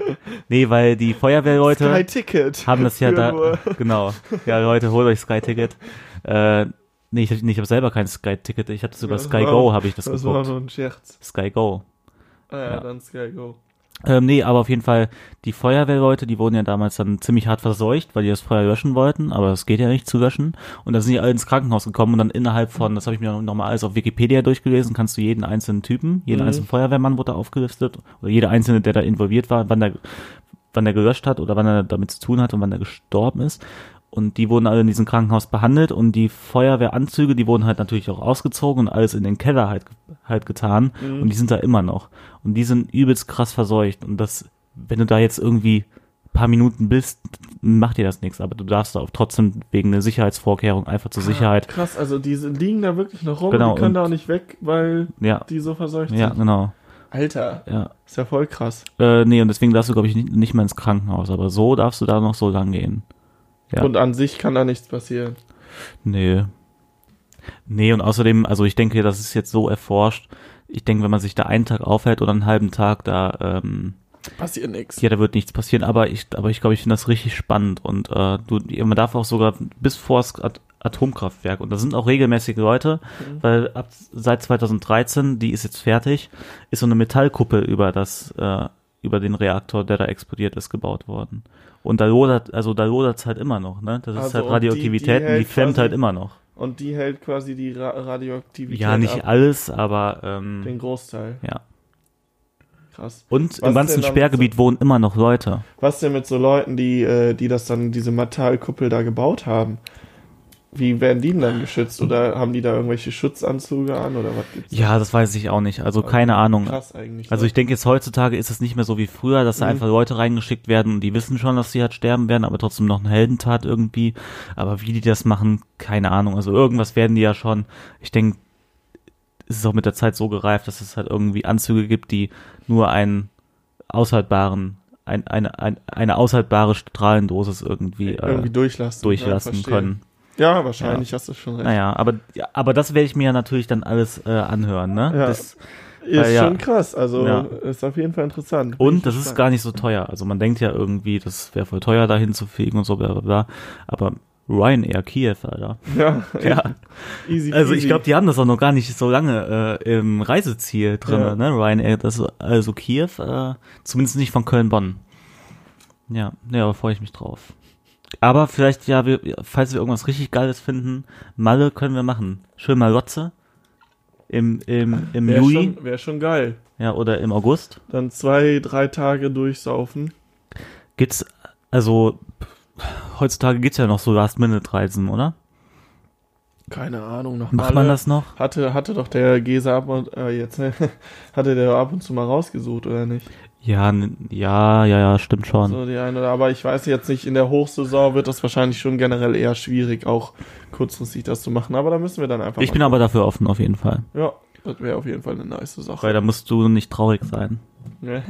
[SPEAKER 3] nee, weil die Feuerwehrleute.
[SPEAKER 4] Sky Ticket.
[SPEAKER 3] haben das ja
[SPEAKER 4] Für
[SPEAKER 3] da.
[SPEAKER 4] nur-
[SPEAKER 3] Genau. Ja, Leute, holt euch Sky-Ticket. Äh, nee, ich, hab- nee, ich habe selber kein Sky-Ticket. Ich habe das über
[SPEAKER 4] Das
[SPEAKER 3] Sky
[SPEAKER 4] war-
[SPEAKER 3] Go, habe ich das,
[SPEAKER 4] Das war
[SPEAKER 3] geguckt.
[SPEAKER 4] nur ein Scherz.
[SPEAKER 3] Sky Go.
[SPEAKER 4] Ah, ja,
[SPEAKER 3] Ja.
[SPEAKER 4] dann Sky Go.
[SPEAKER 3] Ähm, nee, aber auf jeden Fall, die Feuerwehrleute, die wurden ja damals dann ziemlich hart verseucht, weil die das Feuer löschen wollten, aber es geht ja nicht zu löschen. Und dann sind die alle ins Krankenhaus gekommen und dann innerhalb von, das habe ich mir nochmal alles auf Wikipedia durchgelesen, kannst du jeden einzelnen Typen, jeden einzelnen Feuerwehrmann wurde aufgelistet oder jeder einzelne, der da involviert war, wann der, wann der gelöscht hat oder wann er damit zu tun hat und wann er gestorben ist. Und die wurden alle in diesem Krankenhaus behandelt und die Feuerwehranzüge, die wurden halt natürlich auch ausgezogen und alles in den Keller halt, halt getan.
[SPEAKER 4] Mhm.
[SPEAKER 3] Und die sind da immer noch. Und die sind übelst krass verseucht. Und das, wenn du da jetzt irgendwie ein paar Minuten bist, macht dir das nichts. Aber du darfst da auch trotzdem wegen einer Sicherheitsvorkehrung einfach zur Sicherheit.
[SPEAKER 4] Krass, also die sind- liegen da wirklich noch rum.
[SPEAKER 3] Genau,
[SPEAKER 4] die können
[SPEAKER 3] und-
[SPEAKER 4] da auch nicht weg, weil
[SPEAKER 3] Ja,
[SPEAKER 4] die so verseucht
[SPEAKER 3] ja,
[SPEAKER 4] sind.
[SPEAKER 3] genau.
[SPEAKER 4] Alter,
[SPEAKER 3] Ja.
[SPEAKER 4] ist ja voll krass.
[SPEAKER 3] Äh, nee, und deswegen darfst du, glaube ich, nicht, nicht mal ins Krankenhaus. Aber so darfst du da noch so lang gehen. Ja.
[SPEAKER 4] Und an sich kann da nichts passieren.
[SPEAKER 3] Nee. Nee, und außerdem, also ich denke, das ist jetzt so erforscht. Ich denke, wenn man sich da einen Tag aufhält oder einen halben Tag, da, ähm,
[SPEAKER 4] Passiert nichts.
[SPEAKER 3] ja, da wird nichts passieren. Aber ich, aber ich glaube, ich finde das richtig spannend. Und äh, du, man darf auch sogar bis vor das At Atomkraftwerk. Und da sind auch regelmäßig Leute,
[SPEAKER 4] Mhm.
[SPEAKER 3] weil ab seit 2013, die ist jetzt fertig, ist so eine Metallkuppel über das, äh, über den Reaktor, der da explodiert ist, gebaut worden. Und da lodert, also da lodert's halt immer noch, ne? Das ist
[SPEAKER 4] Also, und
[SPEAKER 3] halt
[SPEAKER 4] die-
[SPEAKER 3] Radioaktivität
[SPEAKER 4] die
[SPEAKER 3] und die
[SPEAKER 4] hält
[SPEAKER 3] klemmt
[SPEAKER 4] quasi-
[SPEAKER 3] halt immer noch.
[SPEAKER 4] Und die hält quasi die Ra Radioaktivität
[SPEAKER 3] Ja, nicht
[SPEAKER 4] ab.
[SPEAKER 3] alles, aber ähm,
[SPEAKER 4] Den Großteil.
[SPEAKER 3] ja.
[SPEAKER 4] Krass.
[SPEAKER 3] Und
[SPEAKER 4] Was
[SPEAKER 3] im ganzen
[SPEAKER 4] denn dann
[SPEAKER 3] Sperrgebiet wohnen immer noch Leute.
[SPEAKER 4] Was denn mit so Leuten, die, äh, die das dann, diese Metallkuppel da gebaut haben? Wie werden die denn dann geschützt? Oder haben die da irgendwelche Schutzanzüge an oder was gibt's?
[SPEAKER 3] Ja, das weiß ich auch nicht. Also keine Ahnung.
[SPEAKER 4] Krass eigentlich. ne?
[SPEAKER 3] Also ich denke jetzt heutzutage ist es nicht mehr so wie früher, dass da einfach Leute reingeschickt werden und die wissen schon, dass sie halt sterben werden, aber trotzdem noch eine Heldentat irgendwie. Aber wie die das machen, keine Ahnung. Also irgendwas werden die ja schon. Ich denke, es ist auch mit der Zeit so gereift, dass es halt irgendwie Anzüge gibt, die nur einen aushaltbaren, ein, eine, ein, eine aushaltbare Strahlendosis irgendwie,
[SPEAKER 4] irgendwie
[SPEAKER 3] äh,
[SPEAKER 4] durchlassen.
[SPEAKER 3] durchlassen
[SPEAKER 4] verstehe.
[SPEAKER 3] können.
[SPEAKER 4] Ja, wahrscheinlich hast du schon recht.
[SPEAKER 3] Naja, aber, ja, aber das werde ich mir ja natürlich dann alles äh, anhören, ne?
[SPEAKER 4] Ja.
[SPEAKER 3] Das,
[SPEAKER 4] Ist
[SPEAKER 3] Weil ja-
[SPEAKER 4] schon krass, also
[SPEAKER 3] Ja.
[SPEAKER 4] ist auf jeden Fall interessant. Bin ich
[SPEAKER 3] und das ist
[SPEAKER 4] gespannt.
[SPEAKER 3] gar nicht so teuer. Also man denkt ja irgendwie, das wäre voll teuer, da hinzufliegen und so, bla bla bla. Aber Ryanair Kiew, Alter.
[SPEAKER 4] Ja,
[SPEAKER 3] Ja.
[SPEAKER 4] easy
[SPEAKER 3] Also
[SPEAKER 4] peasy.
[SPEAKER 3] ich glaube, die haben das auch noch gar nicht so lange äh, im Reiseziel drin,
[SPEAKER 4] Ja.
[SPEAKER 3] ne? Ryanair, das also Kiew, äh, zumindest nicht von Köln-Bonn. Ja, ja, aber freue ich mich drauf. Aber vielleicht, ja, wir, falls wir irgendwas richtig Geiles finden, Malle können wir machen. Schön mal Lotze. Im, im, im
[SPEAKER 4] Wäre
[SPEAKER 3] Juli.
[SPEAKER 4] schon, wär schon geil.
[SPEAKER 3] Ja, oder im August.
[SPEAKER 4] Dann zwei, drei Tage durchsaufen.
[SPEAKER 3] Gibt's, also, heutzutage geht's ja noch so Last-Minute-Reisen, oder?
[SPEAKER 4] Keine Ahnung, nach
[SPEAKER 3] Macht man
[SPEAKER 4] Malle.
[SPEAKER 3] das noch?
[SPEAKER 4] Hatte, hatte doch der Gesa ab und äh, jetzt, ne? hatte der ab und zu mal rausgesucht, oder nicht?
[SPEAKER 3] Ja, n- ja, ja, ja, stimmt schon.
[SPEAKER 4] So die eine oder aber ich weiß jetzt nicht, in der Hochsaison wird das wahrscheinlich schon generell eher schwierig, auch kurzfristig das zu machen, aber da müssen wir dann einfach.
[SPEAKER 3] ich bin aber dafür offen, auf jeden Fall.
[SPEAKER 4] aber. Ja, das wäre auf jeden Fall eine nice Sache.
[SPEAKER 3] Weil da musst du nicht traurig sein.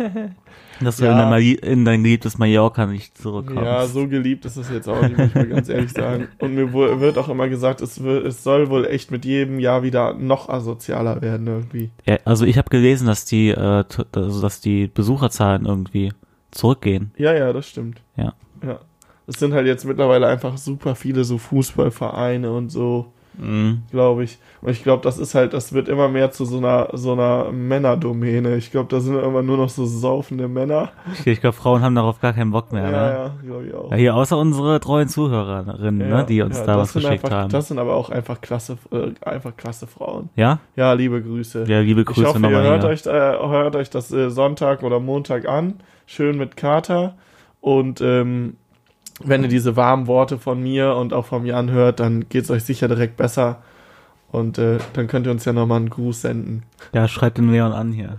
[SPEAKER 3] Dass du
[SPEAKER 4] Ja.
[SPEAKER 3] in, dein Mali- in dein geliebtes Mallorca nicht zurückkommst.
[SPEAKER 4] Ja, so geliebt ist es jetzt auch nicht, muss ich mal ganz ehrlich sagen. Und mir wo- wird auch immer gesagt, es, wird, es soll wohl echt mit jedem Jahr wieder noch asozialer werden irgendwie.
[SPEAKER 3] Ja, also ich habe gelesen, dass die, äh, t- also dass die Besucherzahlen irgendwie zurückgehen.
[SPEAKER 4] Ja, ja, das stimmt.
[SPEAKER 3] Ja.
[SPEAKER 4] Ja. Es sind halt jetzt mittlerweile einfach super viele so Fußballvereine und so,
[SPEAKER 3] Mhm.
[SPEAKER 4] glaube ich. Und ich glaube, das ist halt, das wird immer mehr zu so einer, so einer Männerdomäne. Ich glaube, da sind immer nur noch so saufende Männer.
[SPEAKER 3] Ich glaube, Frauen haben darauf gar keinen Bock mehr.
[SPEAKER 4] Ja,
[SPEAKER 3] ne?
[SPEAKER 4] ja, glaube ich auch.
[SPEAKER 3] Ja, hier außer unsere treuen Zuhörerinnen,
[SPEAKER 4] Ja,
[SPEAKER 3] ne, die uns
[SPEAKER 4] ja,
[SPEAKER 3] da
[SPEAKER 4] das
[SPEAKER 3] was
[SPEAKER 4] sind
[SPEAKER 3] geschickt
[SPEAKER 4] einfach,
[SPEAKER 3] haben.
[SPEAKER 4] Das sind aber auch einfach klasse, äh, einfach klasse Frauen.
[SPEAKER 3] ja?
[SPEAKER 4] Ja, liebe Grüße.
[SPEAKER 3] Ja, liebe
[SPEAKER 4] ich
[SPEAKER 3] Grüße
[SPEAKER 4] hoffe, ihr
[SPEAKER 3] nochmal.
[SPEAKER 4] hört
[SPEAKER 3] hier.
[SPEAKER 4] euch, äh, hört euch das äh, Sonntag oder Montag an. Schön mit Kater. Und ähm, wenn ihr diese warmen Worte von mir und auch von Jan hört, dann geht es euch sicher direkt besser. Und äh, dann könnt ihr uns ja nochmal einen Gruß senden.
[SPEAKER 3] Ja, schreibt den Leon an hier.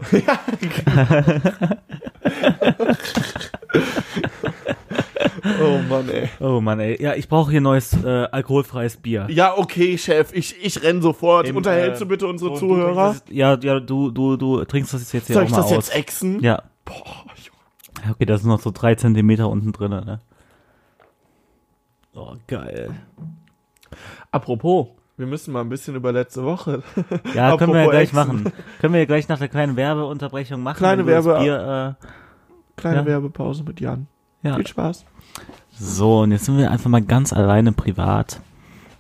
[SPEAKER 4] Oh Mann, ey.
[SPEAKER 3] Oh Mann, ey. Ja, ich brauche hier neues äh, alkoholfreies Bier.
[SPEAKER 4] Ja, okay, Chef. Ich, ich renn sofort.
[SPEAKER 3] Im,
[SPEAKER 4] Unterhältst
[SPEAKER 3] äh,
[SPEAKER 4] du bitte unsere
[SPEAKER 3] Und du
[SPEAKER 4] Zuhörer?
[SPEAKER 3] trinkst das- Ja, ja, du, du, du trinkst das jetzt hier
[SPEAKER 4] Soll
[SPEAKER 3] auch
[SPEAKER 4] ich
[SPEAKER 3] mal
[SPEAKER 4] das
[SPEAKER 3] aus.
[SPEAKER 4] jetzt exen?
[SPEAKER 3] ja.
[SPEAKER 4] Boah, Junge.
[SPEAKER 3] Ja, Okay, da sind noch so drei Zentimeter unten drin, ne? Oh, geil.
[SPEAKER 4] Apropos, wir müssen mal ein bisschen über letzte Woche.
[SPEAKER 3] Ja, können wir ja
[SPEAKER 4] Apropos
[SPEAKER 3] gleich
[SPEAKER 4] Echsen.
[SPEAKER 3] machen. Können wir ja gleich nach der kleinen Werbeunterbrechung machen.
[SPEAKER 4] Kleine
[SPEAKER 3] wenn du das
[SPEAKER 4] Werbe-
[SPEAKER 3] Bier, äh,
[SPEAKER 4] Kleine
[SPEAKER 3] Ja.
[SPEAKER 4] Werbepause mit Jan.
[SPEAKER 3] ja.
[SPEAKER 4] Viel Spaß.
[SPEAKER 3] So, und jetzt sind wir einfach mal ganz alleine privat.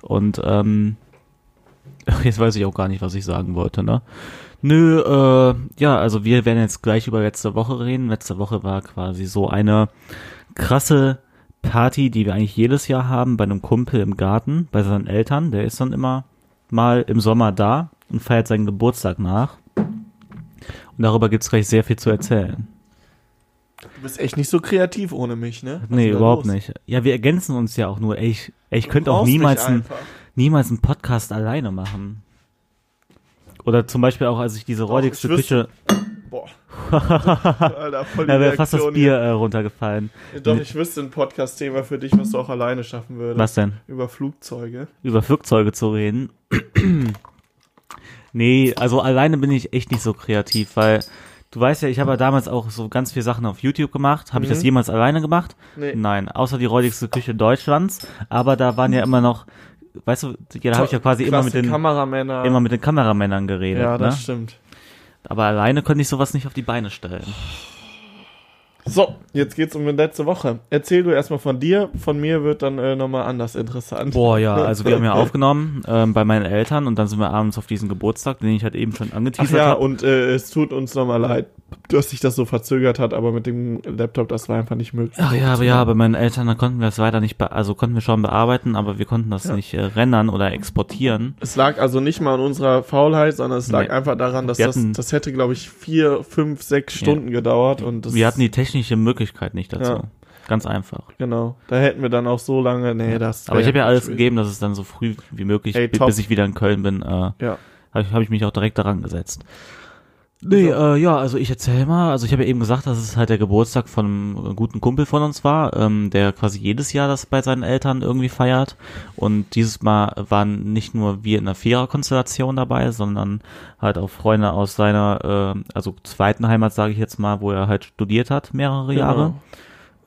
[SPEAKER 3] Und, ähm, jetzt weiß ich auch gar nicht, was ich sagen wollte, ne? Nö, äh, ja, also wir werden jetzt gleich über letzte Woche reden. Letzte Woche war quasi so eine krasse Party, die wir eigentlich jedes Jahr haben, bei einem Kumpel im Garten, bei seinen Eltern. Der ist dann immer mal im Sommer da und feiert seinen Geburtstag nach. Und darüber gibt's gleich sehr viel zu erzählen.
[SPEAKER 4] Du bist echt nicht so kreativ ohne mich, ne? Was ist
[SPEAKER 3] Nee,
[SPEAKER 4] denn da
[SPEAKER 3] überhaupt
[SPEAKER 4] los?
[SPEAKER 3] nicht. Ja, wir ergänzen uns ja auch nur. Ey, ich, ey, ich könnte auch
[SPEAKER 4] brauchst mich
[SPEAKER 3] niemals, ein,
[SPEAKER 4] einfach.
[SPEAKER 3] niemals einen Podcast alleine machen. Oder zum Beispiel auch, als ich diese räudigste
[SPEAKER 4] ich wüsste-
[SPEAKER 3] Küche,
[SPEAKER 4] Boah. Alter, voll die
[SPEAKER 3] da wäre fast das
[SPEAKER 4] Reaktion
[SPEAKER 3] Bier äh, runtergefallen.
[SPEAKER 4] hier. Doch, ich wüsste ein Podcast-Thema für dich, was du auch alleine schaffen würdest.
[SPEAKER 3] Was denn?
[SPEAKER 4] Über Flugzeuge.
[SPEAKER 3] Über Flugzeuge zu reden. nee, also alleine bin ich echt nicht so kreativ, weil du weißt ja, ich habe ja damals auch so ganz viele Sachen auf YouTube gemacht. Habe ich das jemals alleine gemacht?
[SPEAKER 4] Mhm. Nee.
[SPEAKER 3] Nein, außer die räudigste Küche Deutschlands. Aber da waren ja immer noch, weißt du, ja, da habe ich ja quasi immer
[SPEAKER 4] Klasse
[SPEAKER 3] mit den...
[SPEAKER 4] Kameramänner.
[SPEAKER 3] immer mit den Kameramännern geredet.
[SPEAKER 4] ja, das
[SPEAKER 3] ne?
[SPEAKER 4] stimmt.
[SPEAKER 3] Aber alleine könnte ich sowas nicht auf die Beine stellen.
[SPEAKER 4] So, jetzt geht's um die letzte Woche. Erzähl du erstmal von dir, von mir wird dann äh, nochmal anders interessant.
[SPEAKER 3] Boah, ja, also wir haben ja aufgenommen ähm, bei meinen Eltern und dann sind wir abends auf diesen Geburtstag, den ich halt eben schon
[SPEAKER 4] Ach
[SPEAKER 3] angeteasert
[SPEAKER 4] ja,
[SPEAKER 3] habe.
[SPEAKER 4] und äh, es tut uns nochmal leid, dass sich das so verzögert hat, aber mit dem Laptop, das war einfach nicht möglich.
[SPEAKER 3] Ach ja, aber ja, bei meinen Eltern, da konnten wir das weiter nicht, be also konnten wir schon bearbeiten, aber wir konnten das nicht äh, rendern oder exportieren.
[SPEAKER 4] Es lag also nicht mal an unserer Faulheit, sondern es lag
[SPEAKER 3] Nee.
[SPEAKER 4] einfach daran, dass
[SPEAKER 3] Wir
[SPEAKER 4] das,
[SPEAKER 3] hatten-
[SPEAKER 4] das hätte, glaube ich, vier, fünf, sechs Stunden gedauert und das,
[SPEAKER 3] wir hatten die technische Möglichkeit nicht dazu.
[SPEAKER 4] Ja.
[SPEAKER 3] Ganz einfach.
[SPEAKER 4] genau, da hätten wir dann auch so lange, nee, das.
[SPEAKER 3] Aber ich
[SPEAKER 4] wär-
[SPEAKER 3] habe ja alles gegeben, dass es dann so früh wie möglich,
[SPEAKER 4] Ey,
[SPEAKER 3] bi-
[SPEAKER 4] top.
[SPEAKER 3] bis ich wieder in Köln bin, äh,
[SPEAKER 4] Ja,
[SPEAKER 3] habe ich, hab ich mich auch direkt daran gesetzt. Nee, äh, ja, also ich erzähle mal, also ich habe ja eben gesagt, dass es halt der Geburtstag von einem guten Kumpel von uns war, ähm, der quasi jedes Jahr das bei seinen Eltern irgendwie feiert. Und dieses Mal waren nicht nur wir in einer Viererkonstellation dabei, sondern halt auch Freunde aus seiner, äh, also zweiten Heimat, sage ich jetzt mal, wo er halt studiert hat, mehrere
[SPEAKER 4] genau.
[SPEAKER 3] Jahre.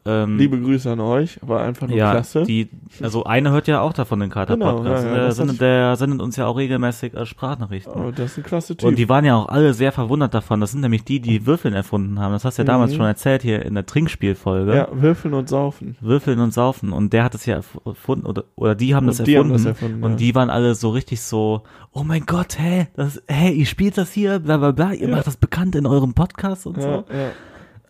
[SPEAKER 3] Ähm,
[SPEAKER 4] Liebe Grüße an euch, war einfach nur
[SPEAKER 3] ja,
[SPEAKER 4] klasse.
[SPEAKER 3] die, also eine hört ja auch davon den
[SPEAKER 4] Genau,
[SPEAKER 3] Kater-Podcast.
[SPEAKER 4] ja, ja,
[SPEAKER 3] der,
[SPEAKER 4] das
[SPEAKER 3] sendet,
[SPEAKER 4] hat-
[SPEAKER 3] der sendet uns ja auch regelmäßig äh, Sprachnachrichten.
[SPEAKER 4] oh, das ist ein klasse Typ.
[SPEAKER 3] Und die waren ja auch alle sehr verwundert davon. Das sind nämlich die, die Würfeln erfunden haben. Das hast du ja damals schon erzählt hier in der Trinkspielfolge.
[SPEAKER 4] Mhm. ja, würfeln und saufen.
[SPEAKER 3] Würfeln und Saufen. Und der hat es ja erf- erfunden, oder, oder die haben
[SPEAKER 4] Und
[SPEAKER 3] das
[SPEAKER 4] die haben
[SPEAKER 3] erfunden.
[SPEAKER 4] das erfunden,
[SPEAKER 3] und
[SPEAKER 4] ja.
[SPEAKER 3] die waren alle so richtig so, oh mein Gott, hä, das, hä, ihr spielt das hier, bla bla bla, ihr
[SPEAKER 4] Ja.
[SPEAKER 3] macht das bekannt in eurem Podcast und
[SPEAKER 4] Ja,
[SPEAKER 3] so.
[SPEAKER 4] ja.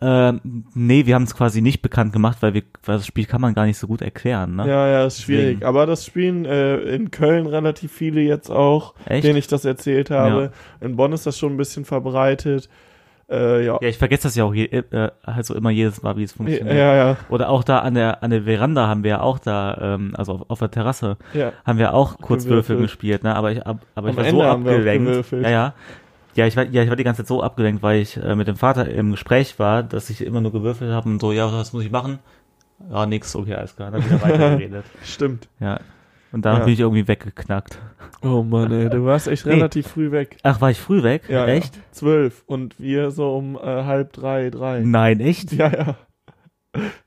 [SPEAKER 3] Ähm, nee, wir haben es quasi nicht bekannt gemacht, weil wir, weil das Spiel kann man gar nicht so gut erklären, ne?
[SPEAKER 4] ja, ja, ist schwierig.
[SPEAKER 3] Deswegen.
[SPEAKER 4] Aber das spielen äh, in Köln relativ viele jetzt auch,
[SPEAKER 3] Echt?
[SPEAKER 4] denen ich das erzählt habe. In Bonn ist das schon ein bisschen verbreitet. Äh, ja.
[SPEAKER 3] Ja, ich vergesse das ja auch je, äh, halt so immer jedes Mal, wie es funktioniert.
[SPEAKER 4] Ja, ja.
[SPEAKER 3] Oder auch da an der an der Veranda haben wir ja auch da, ähm, also auf, auf der Terrasse,
[SPEAKER 4] Ja.
[SPEAKER 3] haben wir auch kurz Würfeln
[SPEAKER 4] Gewürfelt.
[SPEAKER 3] gespielt, ne? Aber ich, ab, aber ich
[SPEAKER 4] Am
[SPEAKER 3] war
[SPEAKER 4] Ende
[SPEAKER 3] so
[SPEAKER 4] haben wir auch
[SPEAKER 3] abgelenkt.
[SPEAKER 4] gewürfelt.
[SPEAKER 3] Ja, ja. Ja ich, war, ja, ich war die ganze Zeit so abgelenkt, weil ich äh, mit dem Vater im Gespräch war, dass ich immer nur gewürfelt habe und so, ja, was muss ich machen? Ja, nix, okay, alles klar. Dann wieder weitergeredet.
[SPEAKER 4] Stimmt.
[SPEAKER 3] ja. Und danach
[SPEAKER 4] Ja.
[SPEAKER 3] bin ich irgendwie weggeknackt.
[SPEAKER 4] Oh Mann, ey, du warst echt
[SPEAKER 3] Nee.
[SPEAKER 4] relativ früh weg.
[SPEAKER 3] Ach, war ich früh weg?
[SPEAKER 4] Ja,
[SPEAKER 3] echt?
[SPEAKER 4] Ja. Zwölf. Und wir so um äh, halb drei, drei.
[SPEAKER 3] Nein, echt?
[SPEAKER 4] Ja, ja.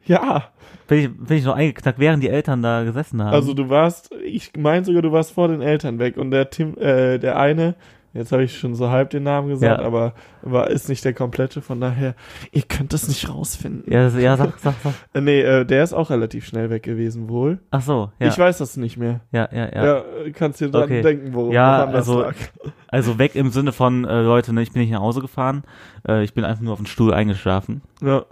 [SPEAKER 4] Ja,
[SPEAKER 3] Bin ich, bin ich noch eingeknackt, während die Eltern da gesessen haben?
[SPEAKER 4] also du warst, ich meine sogar, du warst vor den Eltern weg und der Tim, äh, der eine, jetzt habe ich schon so halb den Namen gesagt,
[SPEAKER 3] Ja.
[SPEAKER 4] aber war, ist nicht der komplette, von daher, ihr könnt das nicht rausfinden.
[SPEAKER 3] ja, das- ja, sag, sag, sag.
[SPEAKER 4] Äh, nee, äh, der ist auch relativ schnell weg gewesen wohl.
[SPEAKER 3] Ach so, ja.
[SPEAKER 4] Ich weiß das nicht mehr.
[SPEAKER 3] ja, ja, ja.
[SPEAKER 4] Ja, äh, kannst dir dran
[SPEAKER 3] Okay.
[SPEAKER 4] denken, worum
[SPEAKER 3] Ja,
[SPEAKER 4] woran das
[SPEAKER 3] also-
[SPEAKER 4] lag.
[SPEAKER 3] Also weg im Sinne von, äh, Leute, ne, ich bin nicht nach Hause gefahren, äh, ich bin einfach nur auf den Stuhl eingeschlafen.
[SPEAKER 4] Ja.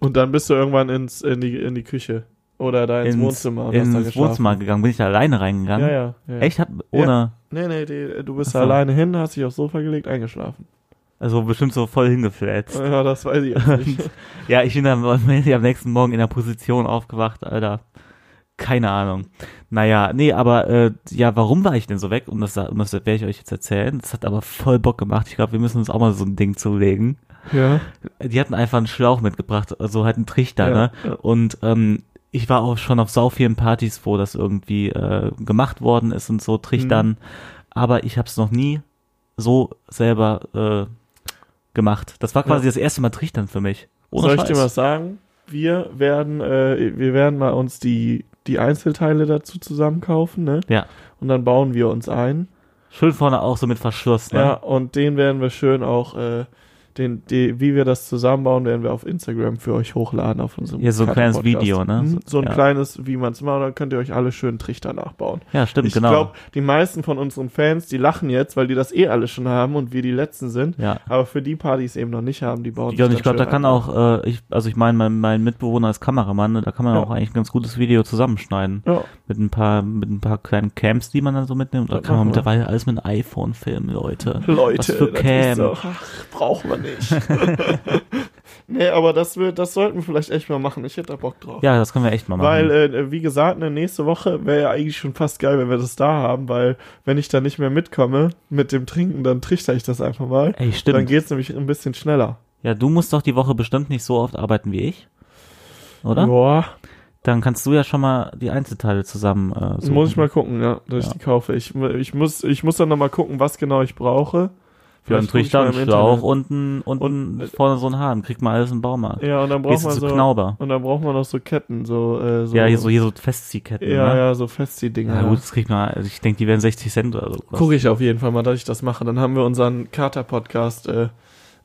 [SPEAKER 4] Und dann bist du irgendwann ins, in, die, in die Küche oder da ins, Wohnzimmer und hast da
[SPEAKER 3] Ins
[SPEAKER 4] geschlafen.
[SPEAKER 3] Wohnzimmer gegangen, bin ich da alleine reingegangen.
[SPEAKER 4] Ja, ja, ja.
[SPEAKER 3] Echt? Hab, ohne,
[SPEAKER 4] Nee, nee, die, du bist
[SPEAKER 3] Ach so.
[SPEAKER 4] alleine hin, hast dich aufs Sofa gelegt, eingeschlafen.
[SPEAKER 3] also bestimmt so voll hingefletzt.
[SPEAKER 4] Ja, das weiß ich jetzt nicht.
[SPEAKER 3] ja, ich bin dann am am nächsten Morgen in der Position aufgewacht, Alter. Keine Ahnung. Naja, nee, aber äh, ja, warum war ich denn so weg? Und das, und das werde ich euch jetzt erzählen. Das hat aber voll Bock gemacht. Ich glaube, wir müssen uns auch mal so ein Ding zulegen.
[SPEAKER 4] ja.
[SPEAKER 3] die hatten einfach einen Schlauch mitgebracht, also halt einen Trichter,
[SPEAKER 4] Ja,
[SPEAKER 3] ne?
[SPEAKER 4] ja.
[SPEAKER 3] Und ähm, ich war auch schon auf sau vielen Partys, wo das irgendwie äh, gemacht worden ist und so, Trichtern.
[SPEAKER 4] Mhm.
[SPEAKER 3] Aber ich habe es noch nie so selber äh, gemacht. Das war quasi
[SPEAKER 4] Ja.
[SPEAKER 3] das erste Mal Trichtern für mich. Ohne
[SPEAKER 4] Soll ich
[SPEAKER 3] Scheiß.
[SPEAKER 4] dir was sagen? Wir werden, äh, wir werden mal uns die, die Einzelteile dazu zusammenkaufen, ne?
[SPEAKER 3] Ja.
[SPEAKER 4] Und dann bauen wir uns ein.
[SPEAKER 3] Schön vorne auch so mit Verschluss, ne?
[SPEAKER 4] Ja, und den werden wir schön auch, äh, den, die, wie wir das zusammenbauen, werden wir auf Instagram für euch hochladen auf unserem
[SPEAKER 3] Ja, so ein kleines
[SPEAKER 4] Kater-Podcast.
[SPEAKER 3] Video, ne?
[SPEAKER 4] Mhm, So ein
[SPEAKER 3] Ja.
[SPEAKER 4] kleines, wie man es macht, dann könnt ihr euch alle schön Trichter nachbauen.
[SPEAKER 3] Ja, stimmt,
[SPEAKER 4] Ich
[SPEAKER 3] genau.
[SPEAKER 4] glaube, die meisten von unseren Fans, die lachen jetzt, weil die das eh alle schon haben und wir die Letzten sind.
[SPEAKER 3] Ja.
[SPEAKER 4] Aber für die Partys eben noch nicht haben, die bauen
[SPEAKER 3] Ja, und
[SPEAKER 4] sich
[SPEAKER 3] ich
[SPEAKER 4] dann
[SPEAKER 3] glaube, da
[SPEAKER 4] schön
[SPEAKER 3] kann
[SPEAKER 4] ein.
[SPEAKER 3] auch, äh, ich, also ich meine, mein, mein Mitbewohner ist Kameramann, ne? da kann man
[SPEAKER 4] Ja.
[SPEAKER 3] auch eigentlich ein ganz gutes Video zusammenschneiden.
[SPEAKER 4] Ja,
[SPEAKER 3] Mit ein paar, mit ein paar kleinen Camps, die man dann so mitnimmt. Da
[SPEAKER 4] Das
[SPEAKER 3] kann man
[SPEAKER 4] machen wir.
[SPEAKER 3] mittlerweile alles mit einem iPhone filmen, Leute.
[SPEAKER 4] Leute,
[SPEAKER 3] Was für
[SPEAKER 4] das
[SPEAKER 3] Cam.
[SPEAKER 4] ist doch, ach, brauchen wir nicht. nee, aber das, wir, das sollten wir vielleicht echt mal machen. Ich hätte da Bock drauf.
[SPEAKER 3] Ja, das können wir echt mal machen.
[SPEAKER 4] Weil, äh, wie gesagt, ne, nächste Woche wäre ja eigentlich schon fast geil, wenn wir das da haben, weil wenn ich da nicht mehr mitkomme mit dem Trinken, dann trichter ich das einfach mal.
[SPEAKER 3] Ey,
[SPEAKER 4] äh, Dann
[SPEAKER 3] stimmt.
[SPEAKER 4] geht's nämlich ein bisschen schneller.
[SPEAKER 3] Ja, du musst doch die Woche bestimmt nicht so oft arbeiten wie ich. Oder?
[SPEAKER 4] Boah,
[SPEAKER 3] Dann kannst du ja schon mal die Einzelteile zusammen äh, suchen.
[SPEAKER 4] muss ich mal gucken, ja, dass ich
[SPEAKER 3] Ja.
[SPEAKER 4] die kaufe. Ich, ich, muss, ich muss dann nochmal gucken, was genau ich brauche.
[SPEAKER 3] Für einen
[SPEAKER 4] Vielleicht guck ich
[SPEAKER 3] Trichter,
[SPEAKER 4] mal
[SPEAKER 3] einen
[SPEAKER 4] im
[SPEAKER 3] Schlauch
[SPEAKER 4] Internet.
[SPEAKER 3] unten, unten
[SPEAKER 4] Und, äh,
[SPEAKER 3] vorne so einen Hahn. Kriegt man alles im Baumarkt.
[SPEAKER 4] Ja, und dann braucht
[SPEAKER 3] Gehst du
[SPEAKER 4] man
[SPEAKER 3] zu
[SPEAKER 4] so.
[SPEAKER 3] Knauber.
[SPEAKER 4] Und dann braucht man noch so Ketten, so, äh, so
[SPEAKER 3] Ja, hier so, hier so Festziehketten.
[SPEAKER 4] Ja,
[SPEAKER 3] ne?
[SPEAKER 4] ja, so Festi-Dinger.
[SPEAKER 3] Ja, gut, das kriegt man, also ich denke, die werden 60 Cent oder so. kosten.
[SPEAKER 4] Gucke ich auf jeden Fall mal, dass ich das mache. Dann haben wir unseren Kater-Podcast äh,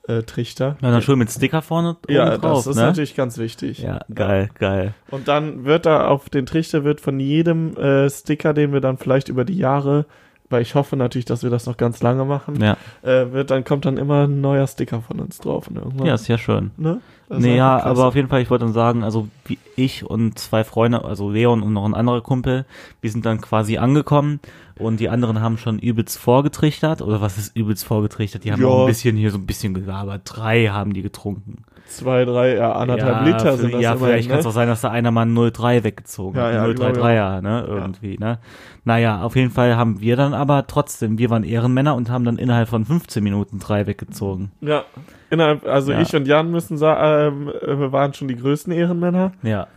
[SPEAKER 4] äh, Trichter.
[SPEAKER 3] Ja, dann schön mit Sticker vorne
[SPEAKER 4] Ja,
[SPEAKER 3] oben drauf,
[SPEAKER 4] das ist
[SPEAKER 3] ne?
[SPEAKER 4] natürlich ganz wichtig.
[SPEAKER 3] Ja, geil, geil.
[SPEAKER 4] Und dann wird da auf den Trichter wird von jedem äh, Sticker, den wir dann vielleicht über die Jahre, weil ich hoffe natürlich, dass wir das noch ganz lange machen,
[SPEAKER 3] Ja,
[SPEAKER 4] äh, wird dann kommt dann immer ein neuer Sticker von uns drauf. Und irgendwann,
[SPEAKER 3] ja ist ja schön.
[SPEAKER 4] ne? Das ist
[SPEAKER 3] Nee, ja,
[SPEAKER 4] einfach klasse.
[SPEAKER 3] aber auf jeden Fall, ich wollte dann sagen, also wie ich und zwei Freunde, also Leon und noch ein anderer Kumpel, wir sind dann quasi angekommen und die anderen haben schon übelst vorgetrichtert. Oder was ist übelst vorgetrichtert? Die haben
[SPEAKER 4] Ja.
[SPEAKER 3] auch ein bisschen hier so ein bisschen gelabert. Drei haben die getrunken.
[SPEAKER 4] zwei, drei, ja, anderthalb
[SPEAKER 3] ja,
[SPEAKER 4] Liter
[SPEAKER 3] für-
[SPEAKER 4] sind das
[SPEAKER 3] Ja,
[SPEAKER 4] immerhin,
[SPEAKER 3] vielleicht
[SPEAKER 4] ne?
[SPEAKER 3] kann es auch sein, dass da einer mal einen 03 weggezogen
[SPEAKER 4] Ja,
[SPEAKER 3] hat.
[SPEAKER 4] ja,
[SPEAKER 3] einen
[SPEAKER 4] glaub ich
[SPEAKER 3] 033er, ne? Irgendwie, ne? Naja, auf jeden Fall haben wir dann aber trotzdem, wir waren Ehrenmänner und haben dann innerhalb von 15 Minuten drei weggezogen.
[SPEAKER 4] Ja, innerhalb, also
[SPEAKER 3] Ja.
[SPEAKER 4] ich und Jan müssen sagen, ähm, äh, wir waren schon die größten Ehrenmänner.
[SPEAKER 3] Ja.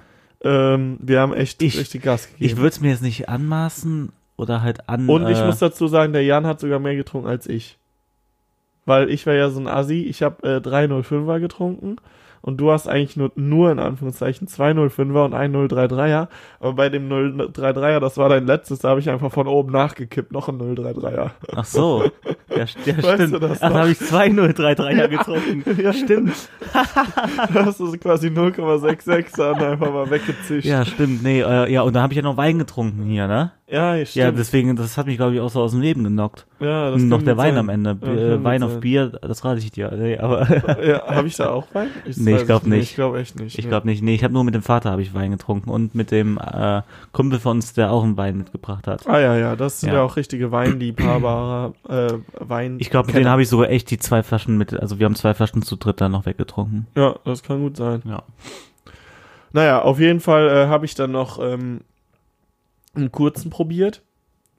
[SPEAKER 4] Ähm, wir haben echt
[SPEAKER 3] Ich-
[SPEAKER 4] richtig Gas
[SPEAKER 3] Ich
[SPEAKER 4] gegeben.
[SPEAKER 3] würde es mir jetzt nicht anmaßen oder halt an.
[SPEAKER 4] und ich
[SPEAKER 3] äh,
[SPEAKER 4] muss dazu sagen, der Jan hat sogar mehr getrunken als ich. Weil ich war ja so ein Assi, ich habe äh, 305er getrunken und du hast eigentlich nur, nur in Anführungszeichen 205er und 1033er. Aber bei dem 033er, das war dein letztes, da habe ich einfach von oben nachgekippt, noch ein 033er.
[SPEAKER 3] Ach so. Ja, st- ja
[SPEAKER 4] Weißt
[SPEAKER 3] stimmt.
[SPEAKER 4] du das
[SPEAKER 3] Ach, da
[SPEAKER 4] noch?
[SPEAKER 3] habe ich 2033 ja. getrunken.
[SPEAKER 4] Ja, stimmt. da hast du so quasi 0,66er und einfach mal weggezischt.
[SPEAKER 3] Ja, stimmt. Nee, äh, ja, und da habe ich ja noch Wein getrunken hier, ne?
[SPEAKER 4] Ja, stimmt.
[SPEAKER 3] Ja, deswegen, das hat mich, glaube ich, auch so aus dem Leben genockt.
[SPEAKER 4] Ja, das
[SPEAKER 3] Und noch
[SPEAKER 4] kann
[SPEAKER 3] der
[SPEAKER 4] gut
[SPEAKER 3] Wein
[SPEAKER 4] sein.
[SPEAKER 3] am Ende.
[SPEAKER 4] Ja, kann
[SPEAKER 3] äh, Wein
[SPEAKER 4] gut
[SPEAKER 3] auf
[SPEAKER 4] sein.
[SPEAKER 3] Bier, das rate ich dir. Nee, aber
[SPEAKER 4] Ja, habe ich da auch Wein?
[SPEAKER 3] Nee, ich
[SPEAKER 4] weiß es
[SPEAKER 3] glaub nicht.
[SPEAKER 4] Ich glaube echt nicht.
[SPEAKER 3] ich
[SPEAKER 4] nee.
[SPEAKER 3] glaube nicht. Nee, ich habe nur mit dem Vater habe ich Wein getrunken und mit dem äh, Kumpel von uns, der auch einen Wein mitgebracht hat.
[SPEAKER 4] Ah ja, ja, das sind ja,
[SPEAKER 3] Ja.
[SPEAKER 4] auch richtige Weinliebhaber, äh, Wein.
[SPEAKER 3] Ich glaube, mit denen habe ich sogar echt die zwei Flaschen mit, also wir haben zwei Flaschen zu dritt dann noch weggetrunken.
[SPEAKER 4] Ja, das kann gut sein.
[SPEAKER 3] Ja.
[SPEAKER 4] Naja, auf jeden Fall äh, habe ich dann noch ähm, einen kurzen probiert.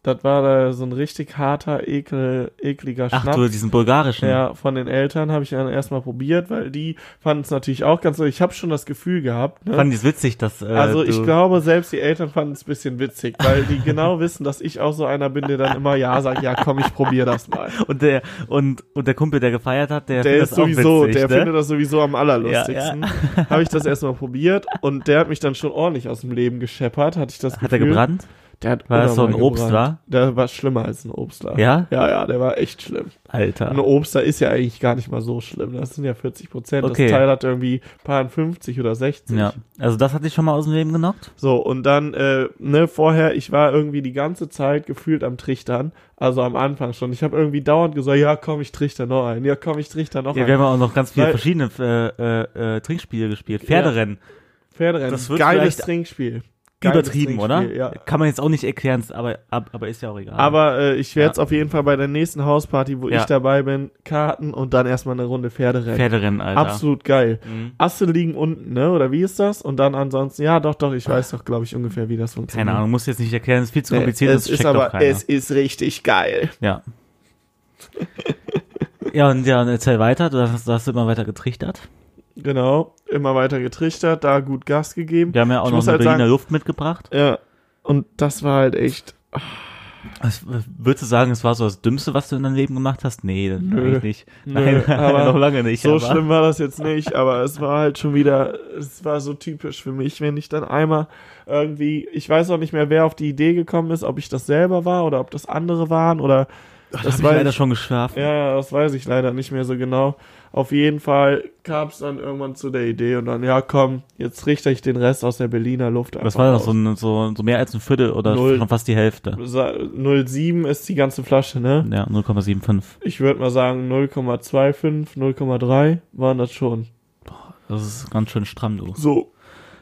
[SPEAKER 4] Das war da so ein richtig harter, ekel, ekliger
[SPEAKER 3] Ach
[SPEAKER 4] Schnaps.
[SPEAKER 3] du, diesen bulgarischen.
[SPEAKER 4] Ja, von den Eltern habe ich dann erstmal probiert, weil die fanden es natürlich auch ganz so. Ich habe schon das Gefühl gehabt. Ne?
[SPEAKER 3] Fand ich witzig, dass äh,
[SPEAKER 4] Also ich
[SPEAKER 3] du-
[SPEAKER 4] glaube, selbst die Eltern fanden es ein bisschen witzig, weil die genau wissen, dass ich auch so einer bin, der dann immer ja sagt, ja komm, ich probier das mal.
[SPEAKER 3] und der und und der Kumpel, der gefeiert hat, der,
[SPEAKER 4] Der
[SPEAKER 3] findet
[SPEAKER 4] ist
[SPEAKER 3] das auch
[SPEAKER 4] sowieso,
[SPEAKER 3] witzig,
[SPEAKER 4] der
[SPEAKER 3] ne?
[SPEAKER 4] findet das sowieso am allerlustigsten.
[SPEAKER 3] Ja,
[SPEAKER 4] Habe ich das erstmal probiert und der hat mich dann schon ordentlich aus dem Leben gescheppert, hatte ich das
[SPEAKER 3] hat er
[SPEAKER 4] Gefühl.
[SPEAKER 3] gebrannt?
[SPEAKER 4] Der hat
[SPEAKER 3] War das so ein
[SPEAKER 4] unnormal gebrannt.
[SPEAKER 3] Obstler?
[SPEAKER 4] Der war schlimmer als ein Obstler.
[SPEAKER 3] Ja?
[SPEAKER 4] Ja, ja, der war echt schlimm.
[SPEAKER 3] Alter.
[SPEAKER 4] Ein Obstler ist ja eigentlich gar nicht mal so schlimm. Das sind ja 40 Prozent.
[SPEAKER 3] Okay.
[SPEAKER 4] Das Teil hat irgendwie paar 50 oder 60.
[SPEAKER 3] Ja. Also das hat dich schon mal aus dem Leben genockt?
[SPEAKER 4] So, und dann, äh, ne, vorher, ich war irgendwie die ganze Zeit gefühlt am Trichtern, also am Anfang schon. Ich habe irgendwie dauernd gesagt, ja, komm, ich trichter noch einen, ja, komm, ich trichter
[SPEAKER 3] Ja,
[SPEAKER 4] noch
[SPEAKER 3] wir
[SPEAKER 4] einen.
[SPEAKER 3] haben ja auch noch ganz viele
[SPEAKER 4] Weil-
[SPEAKER 3] verschiedene äh, äh, äh, Trinkspiele gespielt. Pferderennen.
[SPEAKER 4] Pferderennen,
[SPEAKER 3] das wird
[SPEAKER 4] geiles
[SPEAKER 3] vielleicht
[SPEAKER 4] Trinkspiel. Geiles
[SPEAKER 3] Übertrieben, oder?
[SPEAKER 4] Trinkspiel, Ja.
[SPEAKER 3] Kann man jetzt auch nicht erklären, aber, ab, aber ist ja auch egal.
[SPEAKER 4] Aber äh, ich werde es auf jeden Fall bei der nächsten Hausparty, wo
[SPEAKER 3] Ja.
[SPEAKER 4] ich dabei bin, Karten und dann erstmal eine Runde Pferderennen.
[SPEAKER 3] Pferderennen, Alter.
[SPEAKER 4] Absolut geil.
[SPEAKER 3] Mhm.
[SPEAKER 4] Asse liegen unten, ne? Oder wie ist das? Und dann ansonsten, ja, doch, doch, ich weiß doch, glaube ich, ungefähr, wie das funktioniert.
[SPEAKER 3] Keine Ahnung, muss jetzt nicht erklären, ist viel zu
[SPEAKER 4] Nee,
[SPEAKER 3] kompliziert, das
[SPEAKER 4] es
[SPEAKER 3] checkt
[SPEAKER 4] ist
[SPEAKER 3] doch
[SPEAKER 4] aber,
[SPEAKER 3] keiner.
[SPEAKER 4] es ist richtig geil.
[SPEAKER 3] Ja. ja, und ja, und erzähl weiter, du hast, du hast immer weiter getrichtert.
[SPEAKER 4] Genau, immer weiter getrichtert, da gut Gas gegeben.
[SPEAKER 3] Wir haben ja auch
[SPEAKER 4] Ich
[SPEAKER 3] noch
[SPEAKER 4] muss
[SPEAKER 3] eine
[SPEAKER 4] halt
[SPEAKER 3] Berliner
[SPEAKER 4] sagen-
[SPEAKER 3] Luft mitgebracht.
[SPEAKER 4] Ja. Und das war halt echt.
[SPEAKER 3] Was- Würdest du sagen, es war so das Dümmste, was du in deinem Leben gemacht hast? Nee, dann
[SPEAKER 4] Nö.
[SPEAKER 3] eigentlich nicht.
[SPEAKER 4] Nö, aber
[SPEAKER 3] noch lange nicht.
[SPEAKER 4] So
[SPEAKER 3] aber-
[SPEAKER 4] schlimm war das jetzt nicht, aber es war halt schon wieder, es war so typisch für mich, wenn ich dann einmal irgendwie, ich weiß auch nicht mehr, wer auf die Idee gekommen ist, ob ich das selber war oder ob das andere waren oder
[SPEAKER 3] Das habe
[SPEAKER 4] das
[SPEAKER 3] ich
[SPEAKER 4] weiß
[SPEAKER 3] leider
[SPEAKER 4] ich,
[SPEAKER 3] schon geschafft.
[SPEAKER 4] ja, ja, das weiß ich leider nicht mehr so genau. Auf jeden Fall kam es dann irgendwann zu der Idee und dann, ja komm, jetzt richte ich den Rest aus der Berliner Luft
[SPEAKER 3] Das
[SPEAKER 4] einfach
[SPEAKER 3] war doch
[SPEAKER 4] aus.
[SPEAKER 3] so, ein- so, so mehr als ein Viertel oder
[SPEAKER 4] Null.
[SPEAKER 3] schon fast die Hälfte.
[SPEAKER 4] Sa- 0,7 ist die ganze Flasche, ne?
[SPEAKER 3] Ja, 0,75.
[SPEAKER 4] Ich würde mal sagen 0,25, 0,3 waren das schon.
[SPEAKER 3] Das ist ganz schön stramm, du.
[SPEAKER 4] So,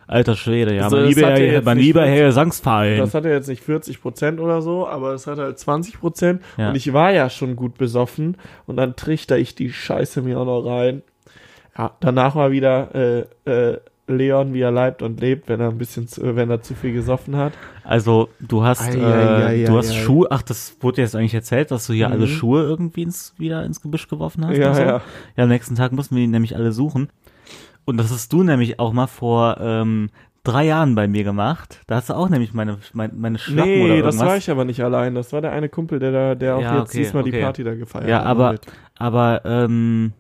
[SPEAKER 3] Alter Schwede, ja.
[SPEAKER 4] Also
[SPEAKER 3] mein
[SPEAKER 4] das
[SPEAKER 3] lieber,
[SPEAKER 4] hat ja
[SPEAKER 3] Herr,
[SPEAKER 4] jetzt
[SPEAKER 3] mein
[SPEAKER 4] nicht
[SPEAKER 3] lieber
[SPEAKER 4] mit-
[SPEAKER 3] Herr Sangsfallen.
[SPEAKER 4] das hatte jetzt nicht 40 Prozent oder so, aber es hatte halt 20 Prozent
[SPEAKER 3] Ja.
[SPEAKER 4] und ich war ja schon gut besoffen und dann trichter ich die Scheiße mir auch noch rein. Ja, danach mal wieder äh, äh, Leon, wie er leibt und lebt, wenn er ein bisschen, zu, wenn er zu viel gesoffen hat.
[SPEAKER 3] Also, du hast,
[SPEAKER 4] Ei,
[SPEAKER 3] äh,
[SPEAKER 4] ei, ei,
[SPEAKER 3] du
[SPEAKER 4] ei,
[SPEAKER 3] hast
[SPEAKER 4] ei.
[SPEAKER 3] Schuhe. Ach, das wurde jetzt eigentlich erzählt, dass du hier
[SPEAKER 4] Mhm.
[SPEAKER 3] alle Schuhe irgendwie ins, wieder ins Gebüsch geworfen hast.
[SPEAKER 4] Ja,
[SPEAKER 3] und so.
[SPEAKER 4] ja.
[SPEAKER 3] ja, am nächsten Tag mussten wir die nämlich alle suchen. Und das hast du nämlich auch mal vor ähm, drei Jahren bei mir gemacht. Da hast du auch nämlich meine, meine, meine Schlappen oder
[SPEAKER 4] Nee,
[SPEAKER 3] irgendwas.
[SPEAKER 4] das war ich aber nicht allein. Das war der eine Kumpel, der da, der auch
[SPEAKER 3] Ja,
[SPEAKER 4] jetzt
[SPEAKER 3] okay,
[SPEAKER 4] diesmal die
[SPEAKER 3] okay.
[SPEAKER 4] Party da gefeiert
[SPEAKER 3] Ja,
[SPEAKER 4] hat.
[SPEAKER 3] aber,
[SPEAKER 4] mit.
[SPEAKER 3] aber ähm,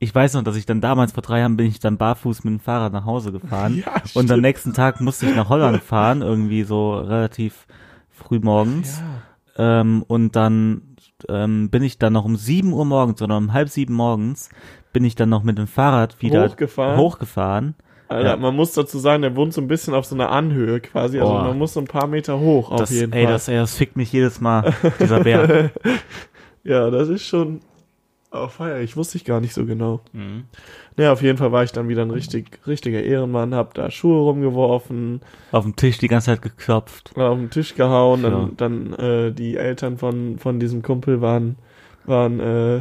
[SPEAKER 3] ich weiß noch, dass ich dann damals vor drei Jahren bin ich dann barfuß mit dem Fahrrad nach Hause gefahren.
[SPEAKER 4] Ja,
[SPEAKER 3] und am
[SPEAKER 4] stimmt.
[SPEAKER 3] nächsten Tag musste ich nach Holland fahren, irgendwie so relativ früh morgens. Ähm, und dann ähm, bin ich dann noch um sieben Uhr morgens oder um halb sieben morgens bin ich dann noch mit dem Fahrrad wieder
[SPEAKER 4] Hochgefahren?
[SPEAKER 3] hochgefahren.
[SPEAKER 4] Alter,
[SPEAKER 3] Ja.
[SPEAKER 4] man muss dazu sagen, der wohnt so ein bisschen auf so einer Anhöhe quasi. Also
[SPEAKER 3] Boah.
[SPEAKER 4] man muss so ein paar Meter hoch auf
[SPEAKER 3] Das,
[SPEAKER 4] jeden
[SPEAKER 3] ey,
[SPEAKER 4] Fall.
[SPEAKER 3] das, ey, das fickt mich jedes Mal, dieser Bär.
[SPEAKER 4] ja, das ist schon auf Feier. Ich wusste ich gar nicht so genau. Ja, auf jeden Fall war ich dann wieder ein richtig, richtiger Ehrenmann, hab da Schuhe rumgeworfen,
[SPEAKER 3] Auf dem Tisch die ganze Zeit geklopft.
[SPEAKER 4] auf den Tisch gehauen,
[SPEAKER 3] Ja.
[SPEAKER 4] dann, dann äh, die Eltern von, von diesem Kumpel waren, waren, äh,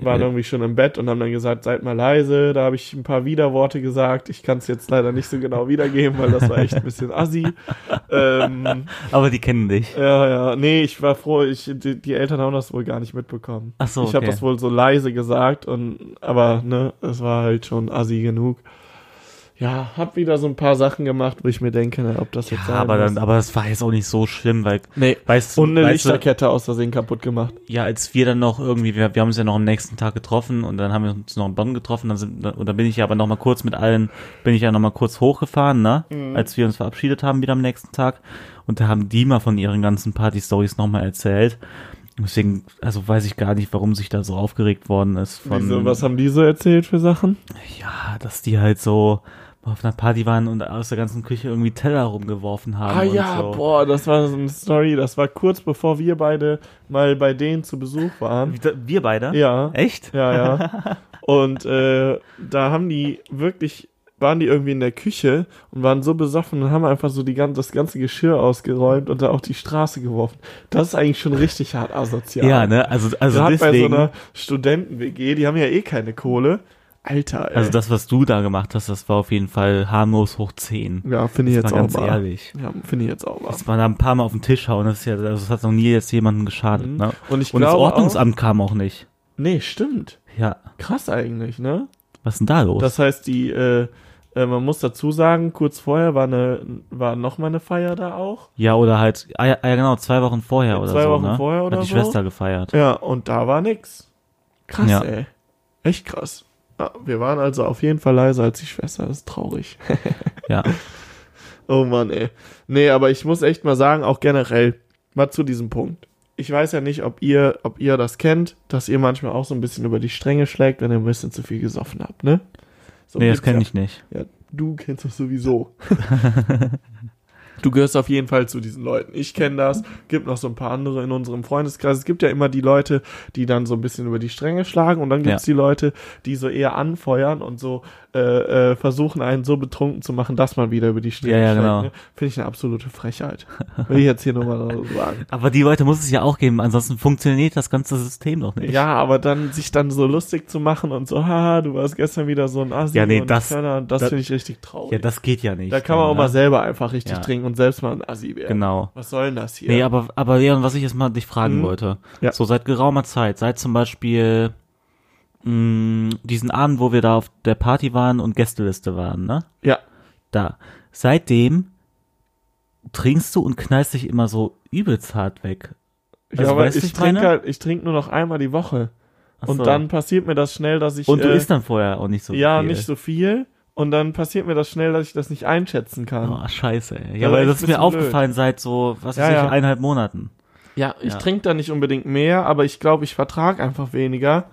[SPEAKER 4] waren irgendwie schon im Bett und haben dann gesagt, seid mal leise. Da habe ich ein paar Widerworte gesagt. Ich kann es jetzt leider nicht so genau wiedergeben, weil das war echt ein bisschen assi. ähm,
[SPEAKER 3] Aber die kennen dich.
[SPEAKER 4] Ja, ja, nee, ich war froh, ich, die, die Eltern haben das wohl gar nicht mitbekommen.
[SPEAKER 3] Ach so,
[SPEAKER 4] Ich habe
[SPEAKER 3] okay.
[SPEAKER 4] das wohl so leise gesagt und, aber, ne, es war halt schon assi genug. Ja, hab wieder so ein paar Sachen gemacht, wo ich mir denke, ne, ob das jetzt
[SPEAKER 3] Ja,
[SPEAKER 4] sein
[SPEAKER 3] aber, dann,
[SPEAKER 4] muss.
[SPEAKER 3] aber das war jetzt auch nicht so schlimm, weil
[SPEAKER 4] Nee.
[SPEAKER 3] weißt du,
[SPEAKER 4] Und eine
[SPEAKER 3] weißt du,
[SPEAKER 4] Lichterkette aus Versehen kaputt gemacht.
[SPEAKER 3] ja, als wir dann noch irgendwie, wir, wir haben uns ja noch am nächsten Tag getroffen und dann haben wir uns noch in Bonn getroffen, dann sind, dann- und dann bin ich ja aber noch mal kurz mit allen, bin ich ja noch mal kurz hochgefahren, ne,
[SPEAKER 4] Mhm.
[SPEAKER 3] als wir uns verabschiedet haben wieder am nächsten Tag und da haben die mal von ihren ganzen Party-Stories noch mal erzählt. Deswegen, also weiß ich gar nicht, warum sich da so aufgeregt worden ist von,
[SPEAKER 4] Wieso, was haben die so erzählt für Sachen?
[SPEAKER 3] ja, dass die halt so auf einer Party waren und aus der ganzen Küche irgendwie Teller rumgeworfen haben.
[SPEAKER 4] Ah
[SPEAKER 3] und
[SPEAKER 4] ja,
[SPEAKER 3] so.
[SPEAKER 4] boah, das war so eine Story. Das war kurz bevor wir beide mal bei denen zu Besuch waren.
[SPEAKER 3] Wie da- Wir beide?
[SPEAKER 4] Ja.
[SPEAKER 3] Echt?
[SPEAKER 4] Ja, ja. Und äh, da haben die wirklich, waren die irgendwie in der Küche und waren so besoffen und haben einfach so die ganze, das ganze Geschirr ausgeräumt und da auf die Straße geworfen. Das ist eigentlich schon richtig hart asozial.
[SPEAKER 3] Ja, ne? Also, also
[SPEAKER 4] Gerade bei so
[SPEAKER 3] deswegen.
[SPEAKER 4] einer Studenten-WG, die haben ja eh keine Kohle. Alter, ey.
[SPEAKER 3] also das, was du da gemacht hast, das war auf jeden Fall harmlos hoch 10.
[SPEAKER 4] ja, finde ich
[SPEAKER 3] Jetzt
[SPEAKER 4] jetzt
[SPEAKER 3] mal
[SPEAKER 4] auch
[SPEAKER 3] ganz
[SPEAKER 4] wahr.
[SPEAKER 3] ehrlich.
[SPEAKER 4] Ja, finde ich jetzt auch wahr.
[SPEAKER 3] Dass man da ein paar Mal auf den Tisch hauen, das ist ja, also das hat noch nie jetzt jemandem geschadet,
[SPEAKER 4] Mhm.
[SPEAKER 3] ne?
[SPEAKER 4] Und ich
[SPEAKER 3] Und das
[SPEAKER 4] glaube
[SPEAKER 3] Ordnungsamt kam auch nicht.
[SPEAKER 4] auch, nee, stimmt.
[SPEAKER 3] Ja.
[SPEAKER 4] Krass eigentlich, ne?
[SPEAKER 3] Was ist denn da los?
[SPEAKER 4] Das heißt, die, äh, äh, man muss dazu sagen, kurz vorher war, eine, war noch mal eine Feier da auch.
[SPEAKER 3] ja, oder halt, ah, ja, ah, ja, genau, zwei Wochen vorher oder
[SPEAKER 4] zwei
[SPEAKER 3] so.
[SPEAKER 4] Wochen
[SPEAKER 3] ne?
[SPEAKER 4] vorher oder
[SPEAKER 3] Hat die
[SPEAKER 4] so.
[SPEAKER 3] Schwester gefeiert.
[SPEAKER 4] Ja, und da war nix. Krass,
[SPEAKER 3] Ja.
[SPEAKER 4] ey. Echt krass. Ja, wir waren also auf jeden Fall leiser als die Schwester, das ist traurig.
[SPEAKER 3] Ja.
[SPEAKER 4] Oh Mann, ey. Nee, aber ich muss echt mal sagen, auch generell, mal zu diesem Punkt. Ich weiß ja nicht, ob ihr, ob ihr das kennt, dass ihr manchmal auch so ein bisschen über die Stränge schlägt, wenn ihr ein bisschen zu viel gesoffen habt, ne? So
[SPEAKER 3] nee, das
[SPEAKER 4] gibt's ja
[SPEAKER 3] kenne ich nicht.
[SPEAKER 4] Ja, du kennst das sowieso. du gehörst auf jeden Fall zu diesen Leuten. Ich kenne das. Gibt noch so ein paar andere in unserem Freundeskreis. Es gibt ja immer die Leute, die dann so ein bisschen über die Stränge schlagen und dann gibt es die Leute, die so eher anfeuern und so äh, äh, versuchen, einen so betrunken zu machen, dass man wieder über die Stränge
[SPEAKER 3] Ja, ja,
[SPEAKER 4] schlägt.
[SPEAKER 3] genau.
[SPEAKER 4] Ne? Finde ich eine absolute Frechheit. Will ich jetzt hier nochmal so sagen.
[SPEAKER 3] Aber die Leute muss es ja auch geben, ansonsten funktioniert das ganze System doch nicht.
[SPEAKER 4] Ja, aber dann sich dann so lustig zu machen und so, haha, du warst gestern wieder so ein Assi
[SPEAKER 3] Ja, nee,
[SPEAKER 4] und
[SPEAKER 3] das-
[SPEAKER 4] Penner, das,
[SPEAKER 3] das-
[SPEAKER 4] finde ich richtig traurig.
[SPEAKER 3] Ja, das geht ja nicht.
[SPEAKER 4] Da kann man auch
[SPEAKER 3] ne?
[SPEAKER 4] mal selber einfach richtig
[SPEAKER 3] Ja.
[SPEAKER 4] trinken und selbst mal ein Assi werden.
[SPEAKER 3] Genau.
[SPEAKER 4] Was soll denn das hier?
[SPEAKER 3] Nee, aber, aber Leon, was ich jetzt mal dich fragen
[SPEAKER 4] Mhm.
[SPEAKER 3] wollte.
[SPEAKER 4] Ja.
[SPEAKER 3] So seit geraumer Zeit, seit zum Beispiel mh, diesen Abend, wo wir da auf der Party waren und Gästeliste waren, ne?
[SPEAKER 4] ja,
[SPEAKER 3] Da. Seitdem trinkst du und knallst dich immer so übelst hart weg.
[SPEAKER 4] ja aber
[SPEAKER 3] Also weißt du,
[SPEAKER 4] ich
[SPEAKER 3] ich meine?
[SPEAKER 4] trinke halt, ich trinke nur noch einmal die Woche.
[SPEAKER 3] Ach
[SPEAKER 4] Und
[SPEAKER 3] so.
[SPEAKER 4] dann passiert mir das schnell, dass ich.
[SPEAKER 3] Und du
[SPEAKER 4] äh,
[SPEAKER 3] isst dann vorher auch nicht so
[SPEAKER 4] Ja,
[SPEAKER 3] viel.
[SPEAKER 4] nicht so viel. Und dann passiert mir das schnell, dass ich das nicht einschätzen kann.
[SPEAKER 3] Oh, scheiße, ey.
[SPEAKER 4] Ja,
[SPEAKER 3] Ja, weil
[SPEAKER 4] Also echt
[SPEAKER 3] das
[SPEAKER 4] ein
[SPEAKER 3] ist mir
[SPEAKER 4] bisschen
[SPEAKER 3] aufgefallen seit so, was
[SPEAKER 4] Ja,
[SPEAKER 3] weiß ich,
[SPEAKER 4] ja.
[SPEAKER 3] eineinhalb Monaten.
[SPEAKER 4] Ja, ich
[SPEAKER 3] Ja.
[SPEAKER 4] trinke da nicht unbedingt mehr, aber ich glaube, ich vertrage einfach weniger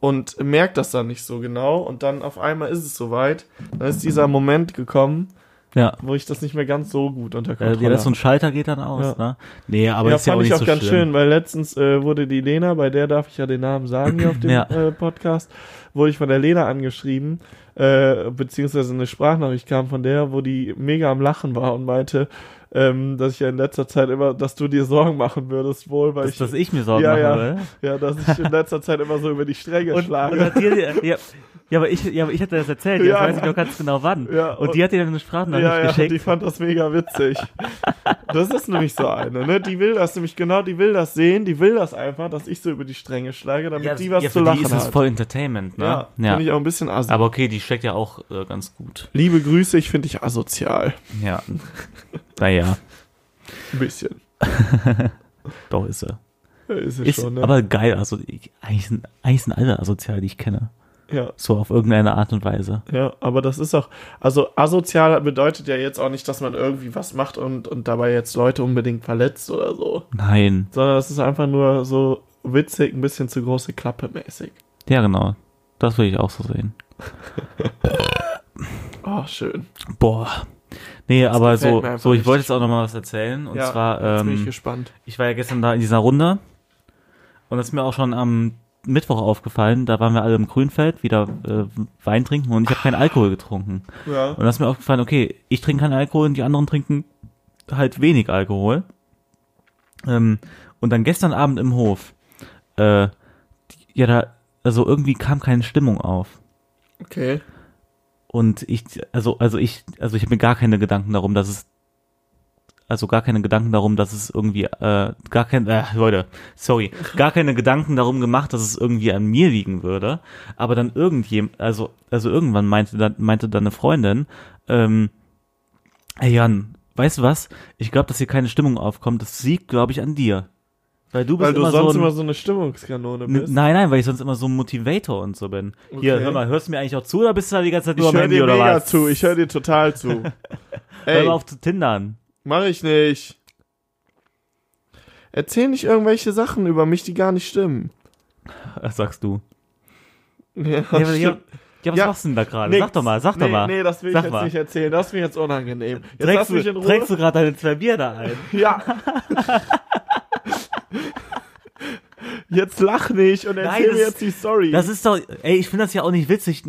[SPEAKER 4] und merke das dann nicht so genau. Und dann auf einmal ist es soweit. Dann ist dieser Moment gekommen,
[SPEAKER 3] Ja.
[SPEAKER 4] wo ich das nicht mehr ganz so gut unter
[SPEAKER 3] Äh,
[SPEAKER 4] Kontrolle
[SPEAKER 3] ja, das so
[SPEAKER 4] habe.
[SPEAKER 3] ein Schalter geht dann aus,
[SPEAKER 4] Ja.
[SPEAKER 3] ne? Nee, aber
[SPEAKER 4] ja,
[SPEAKER 3] ist ja auch
[SPEAKER 4] fand
[SPEAKER 3] nicht
[SPEAKER 4] ich auch
[SPEAKER 3] so
[SPEAKER 4] ganz
[SPEAKER 3] schlimm.
[SPEAKER 4] schön, weil letztens äh, wurde die Lena, bei der darf ich ja den Namen sagen hier auf dem
[SPEAKER 3] Ja.
[SPEAKER 4] äh, Podcast, wurde ich von der Lena angeschrieben, äh, beziehungsweise eine Sprachnachricht kam von der, wo die mega am Lachen war und meinte, ähm, dass ich ja in letzter Zeit immer, dass du dir Sorgen machen würdest wohl, weil
[SPEAKER 3] Dass,
[SPEAKER 4] ich,
[SPEAKER 3] dass ich mir Sorgen
[SPEAKER 4] ja,
[SPEAKER 3] mache,
[SPEAKER 4] ja,
[SPEAKER 3] oder?
[SPEAKER 4] ja, dass ich in letzter Zeit immer so über die Stränge
[SPEAKER 3] Und, und
[SPEAKER 4] schlage.
[SPEAKER 3] hat dir, die- ja, ja, aber ich, ja, aber ich hatte das erzählt, ja,
[SPEAKER 4] Ja,
[SPEAKER 3] das weiß ich
[SPEAKER 4] ja.
[SPEAKER 3] noch ganz genau wann.
[SPEAKER 4] Ja,
[SPEAKER 3] und,
[SPEAKER 4] und-
[SPEAKER 3] die hat dir dann eine Sprachnachricht
[SPEAKER 4] ja, ja, die
[SPEAKER 3] geschickt.
[SPEAKER 4] fand das mega witzig. Das ist nämlich so eine, ne? Die will das nämlich genau, die will das sehen, die will das einfach, dass ich so über die Stränge schlage, damit die was
[SPEAKER 3] ja,
[SPEAKER 4] zu
[SPEAKER 3] für
[SPEAKER 4] lachen
[SPEAKER 3] die ist das
[SPEAKER 4] hat.
[SPEAKER 3] voll Entertainment, ne?
[SPEAKER 4] Ja, finde ich auch ein bisschen assi.
[SPEAKER 3] Aber okay, die steckt ja auch äh, ganz gut.
[SPEAKER 4] Liebe Grüße, ich finde dich asozial.
[SPEAKER 3] Ja. naja,
[SPEAKER 4] Ein bisschen.
[SPEAKER 3] doch ist sie.
[SPEAKER 4] Ja, Ist es
[SPEAKER 3] Ist
[SPEAKER 4] schon, ne?
[SPEAKER 3] aber geil, also ich, eigentlich, sind, eigentlich sind alle asozial, die ich kenne.
[SPEAKER 4] ja,
[SPEAKER 3] So auf irgendeine Art und Weise.
[SPEAKER 4] ja, aber das ist auch, also asozial bedeutet ja jetzt auch nicht, dass man irgendwie was macht und, und dabei jetzt Leute unbedingt verletzt oder so.
[SPEAKER 3] Nein.
[SPEAKER 4] Sondern das ist einfach nur so witzig, ein bisschen zu große Klappe mäßig.
[SPEAKER 3] Ja, genau. Das will ich auch so sehen.
[SPEAKER 4] Oh, schön.
[SPEAKER 3] Boah. Nee, aber
[SPEAKER 4] gefällt
[SPEAKER 3] so,
[SPEAKER 4] mir einfach
[SPEAKER 3] so ich
[SPEAKER 4] richtig.
[SPEAKER 3] wollte jetzt auch noch mal was erzählen. Und
[SPEAKER 4] ja,
[SPEAKER 3] zwar,
[SPEAKER 4] jetzt bin ich
[SPEAKER 3] ähm,
[SPEAKER 4] gespannt.
[SPEAKER 3] ich war ja gestern da in dieser Runde. Und das ist mir auch schon am Mittwoch aufgefallen. Da waren wir alle im Grünfeld, wieder äh, Wein trinken und ich habe keinen Alkohol getrunken.
[SPEAKER 4] Ja.
[SPEAKER 3] Und das ist mir aufgefallen, okay, ich trinke keinen Alkohol und die anderen trinken halt wenig Alkohol. Ähm, und dann gestern Abend im Hof, äh, die- ja, da, also irgendwie kam keine Stimmung auf.
[SPEAKER 4] Okay.
[SPEAKER 3] Und ich, also, also ich, also ich habe mir gar keine Gedanken darum, dass es, also gar keine Gedanken darum, dass es irgendwie, äh, gar kein, äh, Leute, sorry, gar keine Gedanken darum gemacht, dass es irgendwie an mir liegen würde. Aber dann irgendjemand, also, also irgendwann meinte dann, meinte dann eine Freundin, ähm, hey Jan, weißt du was? Ich glaube, dass hier keine Stimmung aufkommt. Das liegt, glaube ich, an dir. Weil du bist
[SPEAKER 4] Weil du
[SPEAKER 3] immer
[SPEAKER 4] sonst
[SPEAKER 3] so ein,
[SPEAKER 4] immer so eine Stimmungskanone
[SPEAKER 3] N-
[SPEAKER 4] bist.
[SPEAKER 3] Nein, nein, weil ich sonst immer so ein Motivator und so bin. Hier,
[SPEAKER 4] Okay.
[SPEAKER 3] hör mal, hörst du mir eigentlich auch zu oder bist du da die ganze Zeit nur
[SPEAKER 4] ich
[SPEAKER 3] am
[SPEAKER 4] höre
[SPEAKER 3] Handy
[SPEAKER 4] dir
[SPEAKER 3] oder
[SPEAKER 4] mega
[SPEAKER 3] was?
[SPEAKER 4] zu, ich höre dir total zu.
[SPEAKER 3] Hör
[SPEAKER 4] Ey,
[SPEAKER 3] mal auf zu tindern.
[SPEAKER 4] mach ich nicht. Erzähl nicht irgendwelche Sachen über mich, die gar nicht stimmen.
[SPEAKER 3] Das sagst du.
[SPEAKER 4] Ja,
[SPEAKER 3] Ja, aber
[SPEAKER 4] stimmt.
[SPEAKER 3] Ja, was
[SPEAKER 4] Ja,
[SPEAKER 3] machst du denn da gerade?
[SPEAKER 4] nix.
[SPEAKER 3] Sag doch mal, sag
[SPEAKER 4] nee,
[SPEAKER 3] doch mal.
[SPEAKER 4] Nee, das will
[SPEAKER 3] sag
[SPEAKER 4] ich jetzt
[SPEAKER 3] mal.
[SPEAKER 4] nicht erzählen. Das ist mir jetzt unangenehm. Jetzt lass
[SPEAKER 3] Trägst
[SPEAKER 4] mich
[SPEAKER 3] du,
[SPEAKER 4] in Ruhe.
[SPEAKER 3] trägst du gerade deine zwei Bier da ein?
[SPEAKER 4] Ja. jetzt lach nicht und
[SPEAKER 3] Nein,
[SPEAKER 4] erzähl
[SPEAKER 3] das-
[SPEAKER 4] mir jetzt die Story.
[SPEAKER 3] Das ist doch, ey, ich finde das ja auch nicht witzig.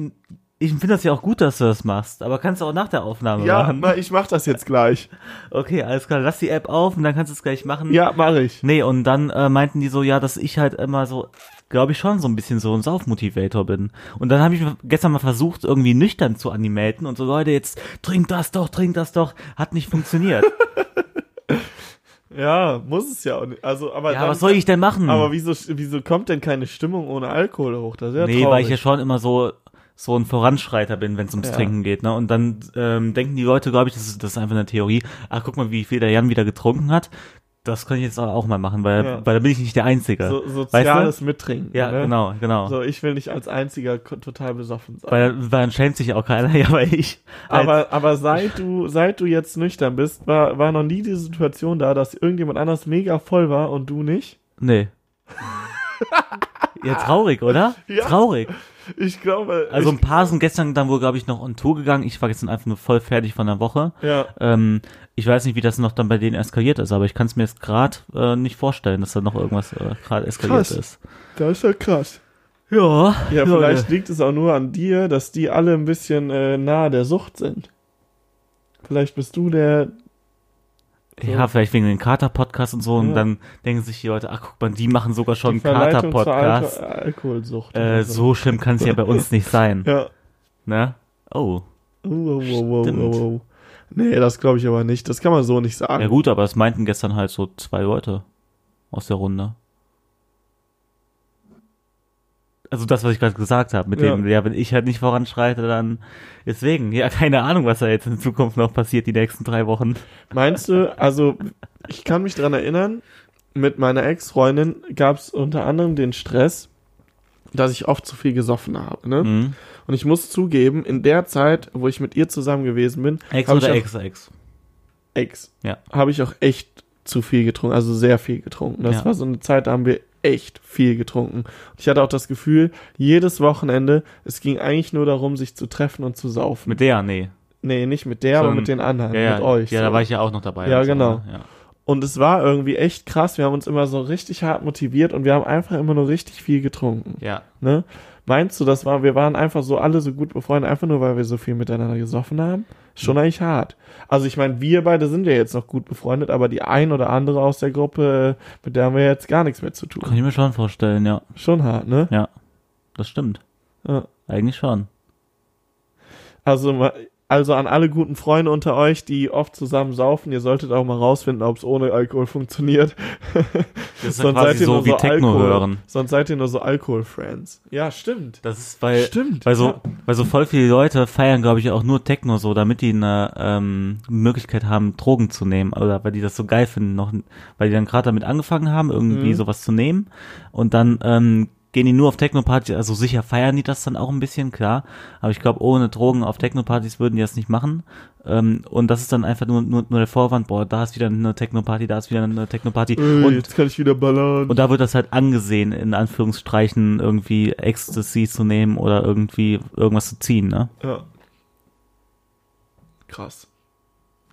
[SPEAKER 3] Ich finde das ja auch gut, dass du das machst, aber kannst du auch nach der Aufnahme
[SPEAKER 4] ja,
[SPEAKER 3] machen.
[SPEAKER 4] na, ich mach das jetzt gleich.
[SPEAKER 3] Okay, alles klar, lass die App auf und dann kannst du es gleich machen.
[SPEAKER 4] Ja, mache ich.
[SPEAKER 3] Nee, und dann äh, meinten die so, ja, dass ich halt immer so, glaube ich schon, so ein bisschen so ein Saufmotivator bin. Und dann habe ich gestern mal versucht, irgendwie nüchtern zu animaten und so, Leute, jetzt trink das doch, trink das doch. Hat nicht funktioniert.
[SPEAKER 4] Ja, muss es ja auch nicht. Also, aber
[SPEAKER 3] ja,
[SPEAKER 4] dann,
[SPEAKER 3] was soll ich denn machen?
[SPEAKER 4] Aber wieso, wieso kommt denn keine Stimmung ohne Alkohol hoch? Das ist ja
[SPEAKER 3] nee,
[SPEAKER 4] traurig.
[SPEAKER 3] weil ich ja schon immer so so ein Voranschreiter bin, wenn es ums
[SPEAKER 4] Ja.
[SPEAKER 3] Trinken geht, ne? Und dann ähm, denken die Leute, glaube ich, das ist, das ist einfach eine Theorie. Ach, guck mal, wie viel der Jan wieder getrunken hat. Das kann ich jetzt auch mal machen, weil,
[SPEAKER 4] Ja.
[SPEAKER 3] weil da bin ich nicht der Einzige.
[SPEAKER 4] so, soziales Mittrinken.
[SPEAKER 3] äh, ja,
[SPEAKER 4] ne?
[SPEAKER 3] genau, genau.
[SPEAKER 4] So, ich will nicht als einziger ko- total besoffen sein.
[SPEAKER 3] Weil, halt- weil dann schämt sich auch keiner, ja, weil ich.
[SPEAKER 4] aber, aber seit du, seit du jetzt nüchtern bist, war, war noch nie die Situation da, dass irgendjemand anders mega voll war und du nicht?
[SPEAKER 3] Nee. ja, traurig, oder?
[SPEAKER 4] Ja.
[SPEAKER 3] Traurig.
[SPEAKER 4] Ich glaube,
[SPEAKER 3] Also ein
[SPEAKER 4] ich,
[SPEAKER 3] paar sind gestern dann wohl, glaube ich, noch on Tour gegangen. Ich war gestern einfach nur voll fertig von der Woche.
[SPEAKER 4] ja.
[SPEAKER 3] Ähm, ich weiß nicht, wie das noch dann bei denen eskaliert ist, aber ich kann es mir jetzt gerade äh, nicht vorstellen, dass da noch irgendwas äh, gerade eskaliert
[SPEAKER 4] Krass.
[SPEAKER 3] ist.
[SPEAKER 4] Das ist ja krass.
[SPEAKER 3] Ja,
[SPEAKER 4] Ja,
[SPEAKER 3] Leute.
[SPEAKER 4] vielleicht liegt es auch nur an dir, dass die alle ein bisschen äh, nahe der Sucht sind. Vielleicht bist du der.
[SPEAKER 3] Ja, vielleicht wegen den Kater-Podcast und so. Und
[SPEAKER 4] Ja.
[SPEAKER 3] dann denken sich die Leute, ach guck mal, die machen sogar schon
[SPEAKER 4] die
[SPEAKER 3] einen
[SPEAKER 4] Verleitung zur
[SPEAKER 3] Kater-Podcast.
[SPEAKER 4] Alko Alkoholsucht. Also,
[SPEAKER 3] Äh,
[SPEAKER 4] oder
[SPEAKER 3] so schlimm kann es ja bei uns nicht sein.
[SPEAKER 4] Ja.
[SPEAKER 3] Ne? Oh.
[SPEAKER 4] Uh, uh, uh,
[SPEAKER 3] Stimmt.
[SPEAKER 4] uh, uh. Nee, das glaube ich aber nicht. Das kann man so nicht sagen.
[SPEAKER 3] Ja gut, aber es meinten gestern halt so zwei Leute aus der Runde. Also das, was ich gerade gesagt habe, mit
[SPEAKER 4] Ja.
[SPEAKER 3] dem, ja, wenn ich halt nicht voranschreite, dann deswegen, ja, keine Ahnung, was da jetzt in Zukunft noch passiert, die nächsten drei Wochen.
[SPEAKER 4] Meinst du, also ich kann mich dran erinnern, mit meiner Ex-Freundin gab es unter anderem den Stress, dass ich oft zu viel gesoffen habe. Ne?
[SPEAKER 3] Mhm.
[SPEAKER 4] Und ich muss zugeben, in der Zeit, wo ich mit ihr zusammen gewesen bin,
[SPEAKER 3] Ex
[SPEAKER 4] hab
[SPEAKER 3] oder
[SPEAKER 4] ich auch,
[SPEAKER 3] ex ex
[SPEAKER 4] Ex,
[SPEAKER 3] Ja.
[SPEAKER 4] habe ich auch echt zu viel getrunken, also sehr viel getrunken. Das
[SPEAKER 3] Ja.
[SPEAKER 4] war so eine Zeit, da haben wir echt viel getrunken. Ich hatte auch das Gefühl, jedes Wochenende, es ging eigentlich nur darum, sich zu treffen und zu saufen.
[SPEAKER 3] Mit der, nee.
[SPEAKER 4] nee, nicht mit der, aber
[SPEAKER 3] Sondern-
[SPEAKER 4] mit den anderen,
[SPEAKER 3] ja, ja,
[SPEAKER 4] mit euch.
[SPEAKER 3] Ja,
[SPEAKER 4] so.
[SPEAKER 3] da war ich ja auch noch dabei.
[SPEAKER 4] Ja,
[SPEAKER 3] Also,
[SPEAKER 4] genau.
[SPEAKER 3] Ja.
[SPEAKER 4] Und es war irgendwie echt krass. Wir haben uns immer so richtig hart motiviert und wir haben einfach immer nur richtig viel getrunken.
[SPEAKER 3] ja.
[SPEAKER 4] Ne? Meinst du, das war, wir waren einfach so alle so gut befreundet, einfach nur weil wir so viel miteinander gesoffen haben? Schon
[SPEAKER 3] Mhm.
[SPEAKER 4] eigentlich hart. Also ich meine, wir beide sind ja jetzt noch gut befreundet, aber die ein oder andere aus der Gruppe, mit der haben wir jetzt gar nichts mehr zu
[SPEAKER 3] Kann
[SPEAKER 4] tun.
[SPEAKER 3] ich mir schon vorstellen, ja.
[SPEAKER 4] Schon hart, ne?
[SPEAKER 3] Ja. Das stimmt.
[SPEAKER 4] Ja.
[SPEAKER 3] Eigentlich schon.
[SPEAKER 4] Also, ma- also an alle guten Freunde unter euch, die oft zusammen saufen, ihr solltet auch mal rausfinden, ob es ohne Alkohol funktioniert.
[SPEAKER 3] Das ist ja quasi so
[SPEAKER 4] nur
[SPEAKER 3] wie Techno
[SPEAKER 4] Alkohol-
[SPEAKER 3] hören.
[SPEAKER 4] Sonst seid ihr nur so Alkohol-Friends. Ja, stimmt.
[SPEAKER 3] Das ist, weil, also
[SPEAKER 4] Stimmt,
[SPEAKER 3] weil so,
[SPEAKER 4] ja.
[SPEAKER 3] weil so voll viele Leute feiern, glaube ich, auch nur Techno so, damit die eine ähm, Möglichkeit haben, Drogen zu nehmen oder weil die das so geil finden, noch, weil die dann gerade damit angefangen haben, irgendwie
[SPEAKER 4] Mhm.
[SPEAKER 3] sowas zu nehmen und dann ähm, gehen die nur auf Techno-Partys, also sicher feiern die das dann auch ein bisschen, klar, aber ich glaube, ohne Drogen auf Techno-Partys würden die das nicht machen ähm, und das ist dann einfach nur, nur, nur der Vorwand, boah, da ist wieder eine Techno-Party, da ist wieder eine Techno-Party
[SPEAKER 4] Äh,
[SPEAKER 3] und
[SPEAKER 4] jetzt kann ich wieder ballern.
[SPEAKER 3] und da wird das halt angesehen, in Anführungsstreichen irgendwie Ecstasy zu nehmen oder irgendwie irgendwas zu ziehen, ne?
[SPEAKER 4] ja. Krass.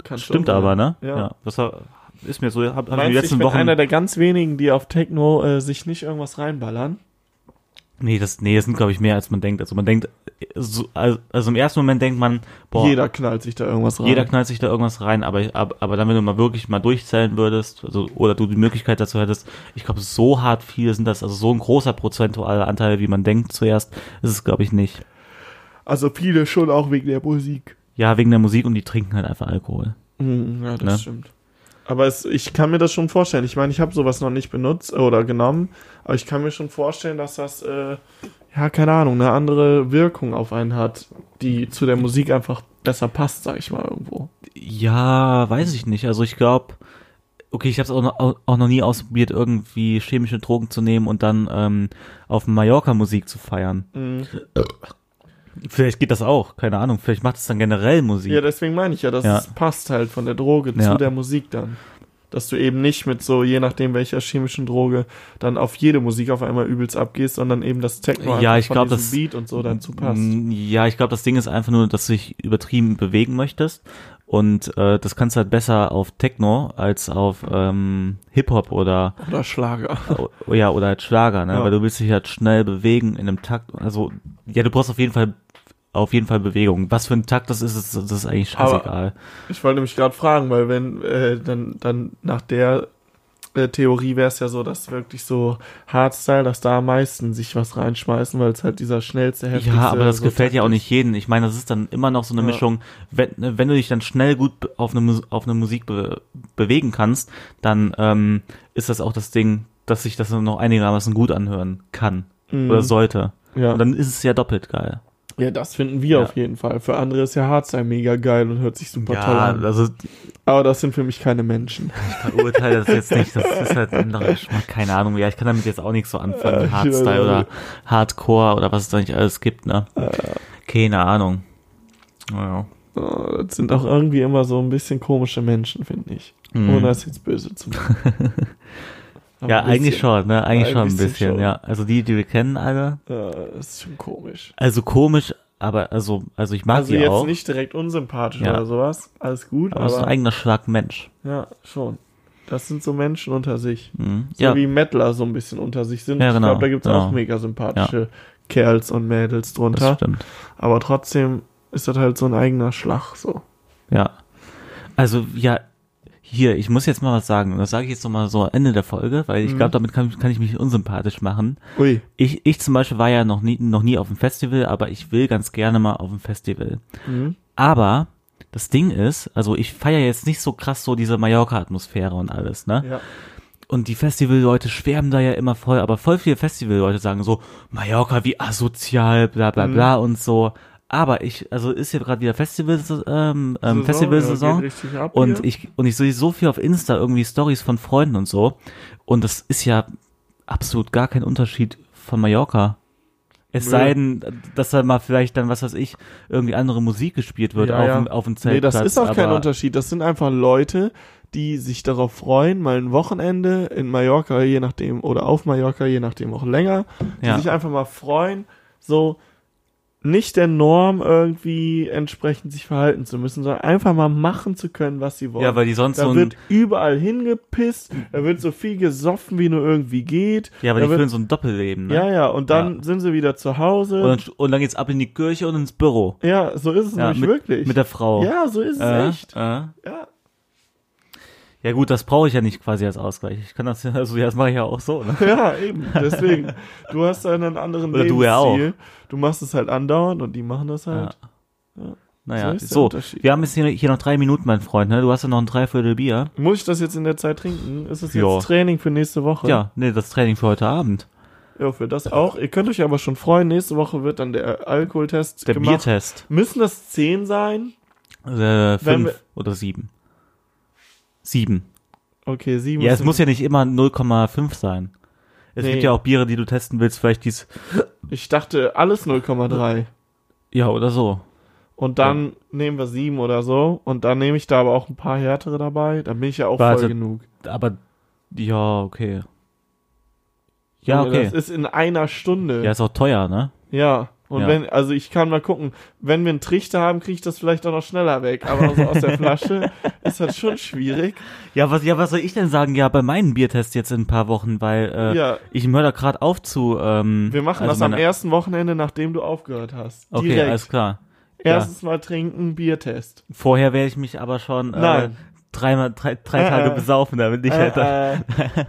[SPEAKER 4] Kann schon
[SPEAKER 3] Stimmt
[SPEAKER 4] sein.
[SPEAKER 3] aber, ne?
[SPEAKER 4] Ja.
[SPEAKER 3] Das war- ist mir so, hab, hab ich die
[SPEAKER 4] Meinst du, ich
[SPEAKER 3] letzten
[SPEAKER 4] bin
[SPEAKER 3] Wochen.
[SPEAKER 4] einer der ganz wenigen, die auf Techno äh, sich nicht irgendwas reinballern?
[SPEAKER 3] nee, das, nee, das sind, glaube ich, mehr als man denkt. Also man denkt, so, also, also im ersten Moment denkt man, boah,
[SPEAKER 4] Jeder knallt sich da irgendwas rein.
[SPEAKER 3] jeder knallt sich da irgendwas rein, aber, ich- ab- aber dann, wenn du mal wirklich mal durchzählen würdest, also, oder du die Möglichkeit dazu hättest, ich glaube, so hart viele sind das, also so ein großer prozentualer Anteil, wie man denkt zuerst, ist es, glaube ich, nicht.
[SPEAKER 4] Also viele schon auch wegen der Musik.
[SPEAKER 3] Ja, wegen der Musik und die trinken halt einfach Alkohol.
[SPEAKER 4] Mhm, ja, das
[SPEAKER 3] Ne?
[SPEAKER 4] stimmt. Aber es, ich kann mir das schon vorstellen. Ich meine, ich habe sowas noch nicht benutzt oder genommen, aber ich kann mir schon vorstellen, dass das, äh, ja, keine Ahnung, eine andere Wirkung auf einen hat, die zu der Musik einfach besser passt, sag ich mal irgendwo.
[SPEAKER 3] Ja, weiß ich nicht. Also ich glaube, okay, ich habe es auch, noch- au- auch noch nie ausprobiert, irgendwie chemische Drogen zu nehmen und dann ähm, auf Mallorca Musik zu feiern.
[SPEAKER 4] Mhm.
[SPEAKER 3] Vielleicht geht das auch, keine Ahnung. Vielleicht macht es dann generell Musik.
[SPEAKER 4] Ja, deswegen meine ich ja, dass
[SPEAKER 3] Ja.
[SPEAKER 4] es passt halt von der Droge
[SPEAKER 3] Ja.
[SPEAKER 4] zu der Musik dann. Dass du eben nicht mit so, je nachdem welcher chemischen Droge, dann auf jede Musik auf einmal übelst abgehst, sondern eben das Techno
[SPEAKER 3] Ja,
[SPEAKER 4] einfach
[SPEAKER 3] ich
[SPEAKER 4] von
[SPEAKER 3] glaub,
[SPEAKER 4] diesem
[SPEAKER 3] das-
[SPEAKER 4] Beat und so dazu passt.
[SPEAKER 3] Mm, Ja, ich glaube, das Ding ist einfach nur, dass du dich übertrieben bewegen möchtest. Und äh, das kannst du halt besser auf Techno als auf ähm, Hip-Hop oder
[SPEAKER 4] Oder Schlager.
[SPEAKER 3] Oh, ja, oder halt Schlager, ne?
[SPEAKER 4] Ja.
[SPEAKER 3] Weil du willst dich halt schnell bewegen in einem Takt. Also, ja, du brauchst auf jeden Fall auf jeden Fall Bewegung. Was für ein Takt das ist, ist das ist eigentlich
[SPEAKER 4] Aber-
[SPEAKER 3] scheißegal.
[SPEAKER 4] Ich wollte mich gerade fragen, weil wenn äh, dann dann nach der äh, Theorie wäre es ja so, dass wirklich so Hardstyle, dass da am meisten sich was reinschmeißen, weil es halt dieser schnellste, heftigste.
[SPEAKER 3] ja, aber das
[SPEAKER 4] so
[SPEAKER 3] gefällt ja auch
[SPEAKER 4] Takt
[SPEAKER 3] nicht jedem. Ich meine, das ist dann immer noch so eine
[SPEAKER 4] Ja.
[SPEAKER 3] Mischung. Wenn, wenn du dich dann schnell gut be- auf eine, Mus- auf eine Musik be bewegen kannst, dann ähm, ist das auch das Ding, dass sich das noch einigermaßen gut anhören kann
[SPEAKER 4] ist. Mhm.
[SPEAKER 3] oder sollte.
[SPEAKER 4] Ja.
[SPEAKER 3] Und dann ist es ja doppelt geil.
[SPEAKER 4] ja, das finden wir
[SPEAKER 3] Ja.
[SPEAKER 4] auf jeden Fall. Für andere ist ja Hardstyle mega geil und hört sich super toll
[SPEAKER 3] Ja,
[SPEAKER 4] an.
[SPEAKER 3] also
[SPEAKER 4] Aber das sind für mich keine Menschen.
[SPEAKER 3] verurteile das jetzt nicht. Das ist halt ein anderer Geschmack. Keine Ahnung. Ja, ich kann damit jetzt auch nichts so
[SPEAKER 4] Äh,
[SPEAKER 3] anfangen.
[SPEAKER 4] ich
[SPEAKER 3] Hardstyle
[SPEAKER 4] weiß
[SPEAKER 3] oder
[SPEAKER 4] nicht.
[SPEAKER 3] Hardcore oder was es da nicht alles gibt, ne? Keine Ahnung. Naja.
[SPEAKER 4] Oh, das sind auch irgendwie immer so ein bisschen komische Menschen, finde ich.
[SPEAKER 3] Mhm.
[SPEAKER 4] Ohne das jetzt böse zu machen. Aber
[SPEAKER 3] Ja,
[SPEAKER 4] ein
[SPEAKER 3] eigentlich
[SPEAKER 4] bisschen.
[SPEAKER 3] schon, ne? Eigentlich
[SPEAKER 4] Ein
[SPEAKER 3] schon ein
[SPEAKER 4] bisschen
[SPEAKER 3] bisschen,
[SPEAKER 4] schon.
[SPEAKER 3] ja. Also die, die wir kennen alle.
[SPEAKER 4] Äh, das ist schon komisch.
[SPEAKER 3] Also komisch, aber also, also ich mag
[SPEAKER 4] Also
[SPEAKER 3] die
[SPEAKER 4] jetzt
[SPEAKER 3] auch.
[SPEAKER 4] nicht direkt unsympathisch
[SPEAKER 3] Ja.
[SPEAKER 4] oder sowas. Alles gut,
[SPEAKER 3] aber es ist ein
[SPEAKER 4] aber,
[SPEAKER 3] eigener Schlag Mensch.
[SPEAKER 4] ja, schon. Das sind so Menschen unter sich.
[SPEAKER 3] Mhm.
[SPEAKER 4] So
[SPEAKER 3] ja.
[SPEAKER 4] wie Metaler so ein bisschen unter sich sind.
[SPEAKER 3] Ja, genau,
[SPEAKER 4] Ich glaube, da gibt's
[SPEAKER 3] genau.
[SPEAKER 4] auch mega sympathische Kerls und Mädels
[SPEAKER 3] Das
[SPEAKER 4] drunter.
[SPEAKER 3] stimmt.
[SPEAKER 4] Aber trotzdem ist das halt so ein eigener Schlag so.
[SPEAKER 3] Ja. Also, ja, hier, ich muss jetzt mal was sagen. Das sage ich jetzt nochmal so am Ende der Folge, weil ich
[SPEAKER 4] Mhm.
[SPEAKER 3] glaube, damit kann, kann ich mich unsympathisch machen.
[SPEAKER 4] Ui.
[SPEAKER 3] Ich, ich zum Beispiel war ja noch nie, noch nie auf dem Festival, aber ich will ganz gerne mal auf dem Festival.
[SPEAKER 4] Mhm.
[SPEAKER 3] Aber das Ding ist, also ich feiere jetzt nicht so krass so diese Mallorca-Atmosphäre und alles, ne?
[SPEAKER 4] Ja.
[SPEAKER 3] Und die Festivalleute schwärmen da ja immer voll, aber voll viele Festivalleute sagen so, Mallorca wie asozial, bla
[SPEAKER 4] Mhm.
[SPEAKER 3] bla bla und so. Aber ich, also ist hier gerade wieder Festival, ähm, ähm, Festivalsaison.
[SPEAKER 4] Ja, geht richtig ab
[SPEAKER 3] Und
[SPEAKER 4] hier.
[SPEAKER 3] ich, und ich sehe so viel auf Insta irgendwie Stories von Freunden und so. Und das ist ja absolut gar kein Unterschied von Mallorca. Es
[SPEAKER 4] Nö.
[SPEAKER 3] sei denn, dass da mal vielleicht dann, was weiß ich, irgendwie andere Musik gespielt wird
[SPEAKER 4] Ja,
[SPEAKER 3] auf,
[SPEAKER 4] ja.
[SPEAKER 3] Dem, auf dem
[SPEAKER 4] Nee,
[SPEAKER 3] Zeltplatz.
[SPEAKER 4] das ist auch kein
[SPEAKER 3] aber-
[SPEAKER 4] Unterschied. Das sind einfach Leute, die sich darauf freuen, mal ein Wochenende in Mallorca, je nachdem, oder auf Mallorca, je nachdem auch länger, die
[SPEAKER 3] Ja.
[SPEAKER 4] sich einfach mal freuen, so nicht der Norm irgendwie entsprechend sich verhalten zu müssen, sondern einfach mal machen zu können, was sie wollen.
[SPEAKER 3] Ja, weil die sonst
[SPEAKER 4] da
[SPEAKER 3] so ein,
[SPEAKER 4] wird überall hingepisst, da wird so viel gesoffen, wie nur irgendwie geht.
[SPEAKER 3] ja, weil
[SPEAKER 4] da
[SPEAKER 3] die
[SPEAKER 4] wird,
[SPEAKER 3] führen so ein Doppelleben, ne?
[SPEAKER 4] ja, ja, und dann
[SPEAKER 3] Ja.
[SPEAKER 4] sind sie wieder zu Hause.
[SPEAKER 3] Und, dann, und dann geht's ab in die Kirche und ins Büro.
[SPEAKER 4] ja, so ist es
[SPEAKER 3] Ja,
[SPEAKER 4] nämlich
[SPEAKER 3] mit,
[SPEAKER 4] wirklich.
[SPEAKER 3] mit der Frau.
[SPEAKER 4] ja, so ist es
[SPEAKER 3] Äh,
[SPEAKER 4] echt.
[SPEAKER 3] Äh.
[SPEAKER 4] Ja.
[SPEAKER 3] Ja gut, das brauche ich ja nicht quasi als Ausgleich. Ich kann das ja, also ja, das mache ich ja auch so, ne?
[SPEAKER 4] Ja, eben. Deswegen. Du hast dann einen anderen
[SPEAKER 3] Oder du
[SPEAKER 4] Lebensstil.
[SPEAKER 3] ja
[SPEAKER 4] Du machst es halt andauernd und die machen das halt. So
[SPEAKER 3] Naja,
[SPEAKER 4] ist der
[SPEAKER 3] so.
[SPEAKER 4] Unterschied.
[SPEAKER 3] Wir haben jetzt hier, hier noch drei Minuten, mein Freund, ne? Du hast ja noch ein Dreiviertel Bier.
[SPEAKER 4] Muss ich das jetzt in der Zeit trinken? Ist es jetzt
[SPEAKER 3] Ja.
[SPEAKER 4] Training für nächste Woche?
[SPEAKER 3] Ja, nee, das Training für heute Abend.
[SPEAKER 4] Ja, für das auch. Ihr könnt euch aber schon freuen. Nächste Woche wird dann der Alkoholtest
[SPEAKER 3] Der
[SPEAKER 4] gemacht.
[SPEAKER 3] Biertest.
[SPEAKER 4] Müssen das 10 sein?
[SPEAKER 3] Äh,
[SPEAKER 4] Wenn wir-
[SPEAKER 3] fünf oder sieben. Sieben.
[SPEAKER 4] Okay, 7.
[SPEAKER 3] Ja, es muss ja nicht immer 0,5 sein. Es
[SPEAKER 4] Nee.
[SPEAKER 3] gibt ja auch Biere, die du testen willst, vielleicht dies.
[SPEAKER 4] Ich dachte, alles 0,3.
[SPEAKER 3] Ja, oder so.
[SPEAKER 4] Und dann nehmen wir 7 oder so. Und dann nehme ich da aber auch ein paar härtere dabei. Dann bin ich ja auch
[SPEAKER 3] Warte.
[SPEAKER 4] voll genug.
[SPEAKER 3] Aber ja, okay. Ja,
[SPEAKER 4] Junge,
[SPEAKER 3] okay.
[SPEAKER 4] Also Das ist in einer Stunde.
[SPEAKER 3] Ja, ist auch teuer, ne?
[SPEAKER 4] Ja, und
[SPEAKER 3] Ja.
[SPEAKER 4] wenn, also ich kann mal gucken, wenn wir einen Trichter haben, kriege ich das vielleicht auch noch schneller weg. Aber so aus der Flasche ist das schon schwierig.
[SPEAKER 3] Ja, was, ja, was soll ich denn sagen? Ja, bei meinem Biertest jetzt in ein paar Wochen, weil äh,
[SPEAKER 4] Ja.
[SPEAKER 3] ich höre da gerade auf zu. Ähm,
[SPEAKER 4] Wir machen
[SPEAKER 3] also
[SPEAKER 4] das am
[SPEAKER 3] meine-
[SPEAKER 4] ersten Wochenende, nachdem du aufgehört hast.
[SPEAKER 3] Okay,
[SPEAKER 4] Direkt.
[SPEAKER 3] alles klar.
[SPEAKER 4] Erstes Mal trinken, Biertest.
[SPEAKER 3] Vorher werde ich mich aber schon äh,
[SPEAKER 4] Nein.
[SPEAKER 3] dreimal, drei, drei
[SPEAKER 4] Äh,
[SPEAKER 3] Tage
[SPEAKER 4] äh.
[SPEAKER 3] besaufen, damit ich halt. dann-
[SPEAKER 4] Äh, äh,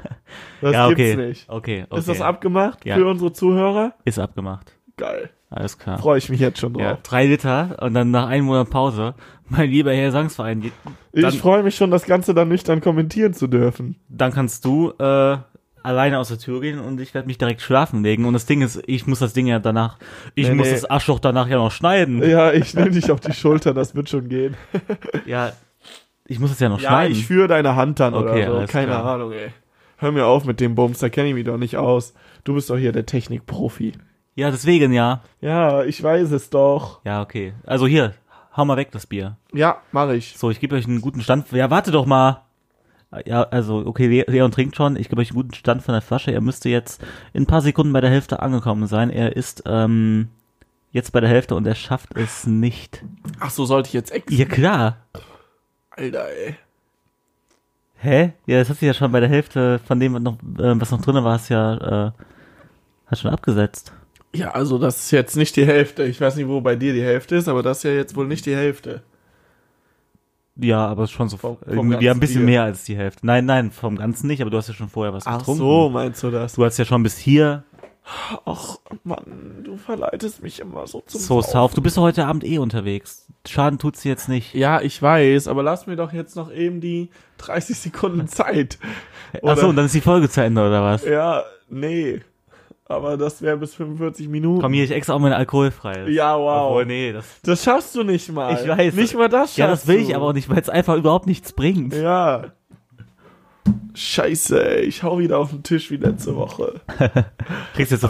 [SPEAKER 4] das
[SPEAKER 3] ja, okay.
[SPEAKER 4] gibt's nicht.
[SPEAKER 3] Okay, okay.
[SPEAKER 4] Ist das abgemacht
[SPEAKER 3] Ja.
[SPEAKER 4] für unsere Zuhörer?
[SPEAKER 3] Ist abgemacht.
[SPEAKER 4] Geil.
[SPEAKER 3] Alles klar.
[SPEAKER 4] Freue ich mich jetzt schon
[SPEAKER 3] Ja,
[SPEAKER 4] drauf.
[SPEAKER 3] drei Liter und dann nach einem Monat Pause. Mein lieber Herr Sangsverein, die- dann,
[SPEAKER 4] ich freue mich schon, das Ganze dann nüchtern kommentieren zu dürfen.
[SPEAKER 3] dann kannst du äh, alleine aus der Tür gehen und ich werde mich direkt schlafen legen. Und das Ding ist, ich muss das Ding ja danach, ich
[SPEAKER 4] Nee,
[SPEAKER 3] muss
[SPEAKER 4] nee. Äh.
[SPEAKER 3] das Arschloch danach ja noch schneiden.
[SPEAKER 4] Ja, ich nehme dich auf die Schulter, das wird schon gehen.
[SPEAKER 3] Ja, ich muss es ja noch
[SPEAKER 4] Ja,
[SPEAKER 3] schneiden.
[SPEAKER 4] ich führe deine Hand dann
[SPEAKER 3] Okay,
[SPEAKER 4] oder so.
[SPEAKER 3] alles
[SPEAKER 4] Keine
[SPEAKER 3] klar.
[SPEAKER 4] Ahnung, ey. Hör mir auf mit dem Bums, da kenne ich mich doch nicht aus. Du bist doch hier der Technikprofi.
[SPEAKER 3] ja, deswegen ja.
[SPEAKER 4] Ja, ich weiß es doch.
[SPEAKER 3] Ja, okay. Also hier, hau mal weg das Bier.
[SPEAKER 4] Ja, mache ich.
[SPEAKER 3] So, ich gebe euch einen guten Stand. Ja, warte doch mal. Ja, also, okay, Le- Leon trinkt schon. Ich gebe euch einen guten Stand von der Flasche. Er müsste jetzt in ein paar Sekunden bei der Hälfte angekommen sein. Er ist ähm, jetzt bei der Hälfte und er schafft es nicht.
[SPEAKER 4] Ach so, sollte ich jetzt ex.
[SPEAKER 3] Ja, klar.
[SPEAKER 4] Alter, ey.
[SPEAKER 3] Hä? Ja, das hat sich ja schon bei der Hälfte von dem, was noch, äh, was noch drin war, ist ja, äh, hat schon abgesetzt.
[SPEAKER 4] Ja, also das ist jetzt nicht die Hälfte. Ich weiß nicht, wo bei dir die Hälfte ist, aber das ist ja jetzt wohl nicht die Hälfte.
[SPEAKER 3] Ja, aber ist schon so.
[SPEAKER 4] Vom- vom
[SPEAKER 3] irgendwie, ja, ein
[SPEAKER 4] ganzen
[SPEAKER 3] bisschen
[SPEAKER 4] Bier.
[SPEAKER 3] mehr als die Hälfte. Nein, nein, vom Ganzen nicht, aber du hast ja schon vorher was getrunken.
[SPEAKER 4] meinst du das?
[SPEAKER 3] Du hast ja schon bis hier
[SPEAKER 4] Ach, Mann, du verleitest mich immer so zum
[SPEAKER 3] so
[SPEAKER 4] Saufen.
[SPEAKER 3] South. Du bist ja heute Abend eh unterwegs. Schaden tut's dir jetzt nicht.
[SPEAKER 4] Ja, ich weiß, aber lass mir doch jetzt noch eben die 30 Sekunden Zeit.
[SPEAKER 3] Achso,
[SPEAKER 4] Oder- Äh,
[SPEAKER 3] und dann ist die Folge zu Ende, oder was?
[SPEAKER 4] Ja, nee. Aber das wäre bis 45 Minuten.
[SPEAKER 3] Komm hier, ich extra auch mein alkoholfreies.
[SPEAKER 4] Ja, wow.
[SPEAKER 3] Obwohl, nee, das,
[SPEAKER 4] Das schaffst du nicht mal.
[SPEAKER 3] Ich weiß.
[SPEAKER 4] Nicht mal das schaffst
[SPEAKER 3] ja, das will
[SPEAKER 4] du.
[SPEAKER 3] ich aber auch nicht, weil es einfach überhaupt nichts bringt.
[SPEAKER 4] Ja. Scheiße, ey, ich hau wieder auf den Tisch wie letzte Woche.
[SPEAKER 3] Kriegst, jetzt so,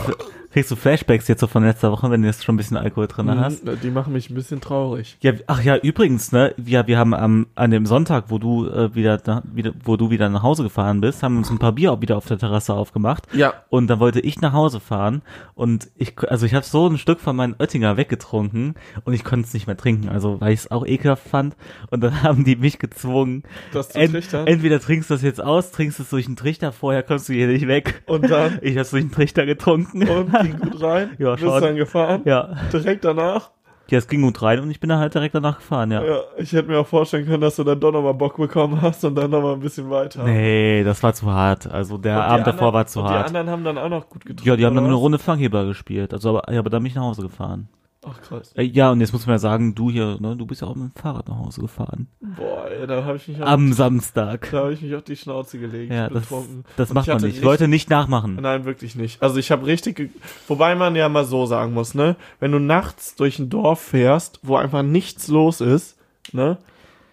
[SPEAKER 3] kriegst du Flashbacks jetzt so von letzter Woche, wenn du jetzt schon ein bisschen Alkohol drin
[SPEAKER 4] Mhm.
[SPEAKER 3] hast?
[SPEAKER 4] Hm, Die machen mich ein bisschen traurig.
[SPEAKER 3] Ja, ach ja, übrigens, ne, ja, wir haben am, an dem Sonntag, wo du äh, wieder, na- wieder, wo du wieder nach Hause gefahren bist, haben uns ein paar Bier auch wieder auf der Terrasse aufgemacht.
[SPEAKER 4] Ja.
[SPEAKER 3] Und dann wollte ich nach Hause fahren und ich, ko- also ich habe so ein Stück von meinem Oettinger weggetrunken und ich konnte es nicht mehr trinken, also weil ich es auch ekelhaft fand. Und dann haben die mich gezwungen.
[SPEAKER 4] Das zu
[SPEAKER 3] en-
[SPEAKER 4] trichtern?
[SPEAKER 3] entweder trinkst du das jetzt aus, trinkst es durch einen Trichter, vorher kommst du hier nicht weg.
[SPEAKER 4] Und dann?
[SPEAKER 3] Ich hab's durch einen Trichter getrunken.
[SPEAKER 4] Und ging gut rein.
[SPEAKER 3] Ja,
[SPEAKER 4] Bist
[SPEAKER 3] schon.
[SPEAKER 4] dann gefahren.
[SPEAKER 3] ja.
[SPEAKER 4] Direkt danach.
[SPEAKER 3] Ja, es ging gut rein und ich bin dann halt direkt danach gefahren, ja.
[SPEAKER 4] Ja, ich hätte mir auch vorstellen können, dass du dann doch nochmal Bock bekommen hast und dann nochmal ein bisschen weiter.
[SPEAKER 3] Nee, das war zu hart. Also der
[SPEAKER 4] Und die
[SPEAKER 3] Abend davor
[SPEAKER 4] anderen-
[SPEAKER 3] war zu
[SPEAKER 4] und Die
[SPEAKER 3] hart.
[SPEAKER 4] anderen haben dann auch noch gut getrunken.
[SPEAKER 3] Ja, die haben dann
[SPEAKER 4] oder
[SPEAKER 3] eine
[SPEAKER 4] was?
[SPEAKER 3] Runde Fangheber gespielt. Also aber, ja, aber dann bin ich nach Hause gefahren.
[SPEAKER 4] Ach krass.
[SPEAKER 3] Äh, Ja, und jetzt muss man ja sagen, du hier, ne, du bist ja auch mit dem Fahrrad nach Hause gefahren.
[SPEAKER 4] Boah, ey, da habe ich mich auf,
[SPEAKER 3] Am Samstag.
[SPEAKER 4] da hab ich mich auf die Schnauze gelegt.
[SPEAKER 3] Ja, das,
[SPEAKER 4] betrunken.
[SPEAKER 3] das
[SPEAKER 4] Und
[SPEAKER 3] macht
[SPEAKER 4] ich
[SPEAKER 3] man
[SPEAKER 4] hatte
[SPEAKER 3] nicht.
[SPEAKER 4] richtig-
[SPEAKER 3] Leute nicht nachmachen.
[SPEAKER 4] Nein, wirklich nicht. Also ich habe richtig, ge- wobei man ja mal so sagen muss, ne, wenn du nachts durch ein Dorf fährst, wo einfach nichts los ist, ne,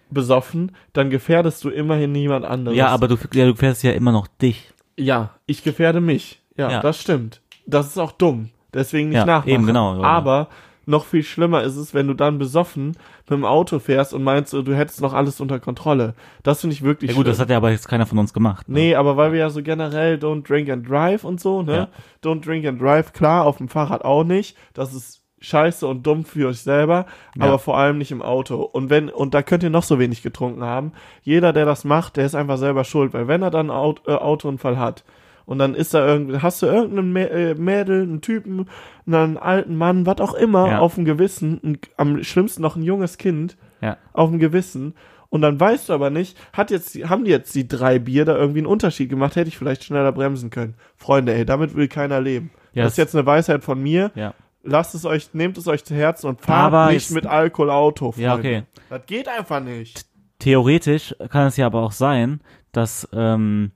[SPEAKER 4] besoffen, dann gefährdest du immerhin niemand anderes.
[SPEAKER 3] Ja, aber du, ja, du fährst ja immer noch dich.
[SPEAKER 4] ja, ich gefährde mich. Ja,
[SPEAKER 3] Ja.
[SPEAKER 4] das stimmt. Das ist auch dumm. Deswegen nicht
[SPEAKER 3] Ja,
[SPEAKER 4] nachmachen.
[SPEAKER 3] eben, genau.
[SPEAKER 4] Aber noch viel schlimmer ist es, wenn du dann besoffen mit dem Auto fährst und meinst, du hättest noch alles unter Kontrolle. Das finde ich wirklich
[SPEAKER 3] Ja gut, das
[SPEAKER 4] schlimm.
[SPEAKER 3] hat ja aber jetzt keiner von uns gemacht. ne?
[SPEAKER 4] Nee, aber weil wir ja so generell Don't Drink and Drive und so, ne?
[SPEAKER 3] Ja.
[SPEAKER 4] Don't Drink and Drive, klar, auf dem Fahrrad auch nicht. Das ist scheiße und dumm für euch selber, aber vor allem nicht im Auto. Und wenn, und da könnt ihr noch so wenig getrunken haben. Jeder, der das macht, der ist einfach selber schuld, weil wenn er dann einen Aut äh, Autounfall hat, und dann ist da irgendwie, hast du irgendeinen Mä- äh, Mädel, einen Typen, einen alten Mann, was auch immer,
[SPEAKER 3] Ja.
[SPEAKER 4] auf dem Gewissen, ein, am schlimmsten noch ein junges Kind,
[SPEAKER 3] Ja.
[SPEAKER 4] auf dem Gewissen. Und dann weißt du aber nicht, hat jetzt, die- haben die jetzt die drei Bier da irgendwie einen Unterschied gemacht, hätte ich vielleicht schneller bremsen können. Freunde, ey, damit will keiner leben.
[SPEAKER 3] Ja,
[SPEAKER 4] das ist jetzt eine Weisheit von mir.
[SPEAKER 3] Ja.
[SPEAKER 4] Lasst es euch, nehmt es euch zu Herzen und fahrt
[SPEAKER 3] Aber
[SPEAKER 4] nicht
[SPEAKER 3] jetzt-
[SPEAKER 4] mit Alkohol Auto, Freunde.
[SPEAKER 3] Ja, okay.
[SPEAKER 4] Das geht einfach nicht.
[SPEAKER 3] Theoretisch kann es ja aber auch sein, dass ähm,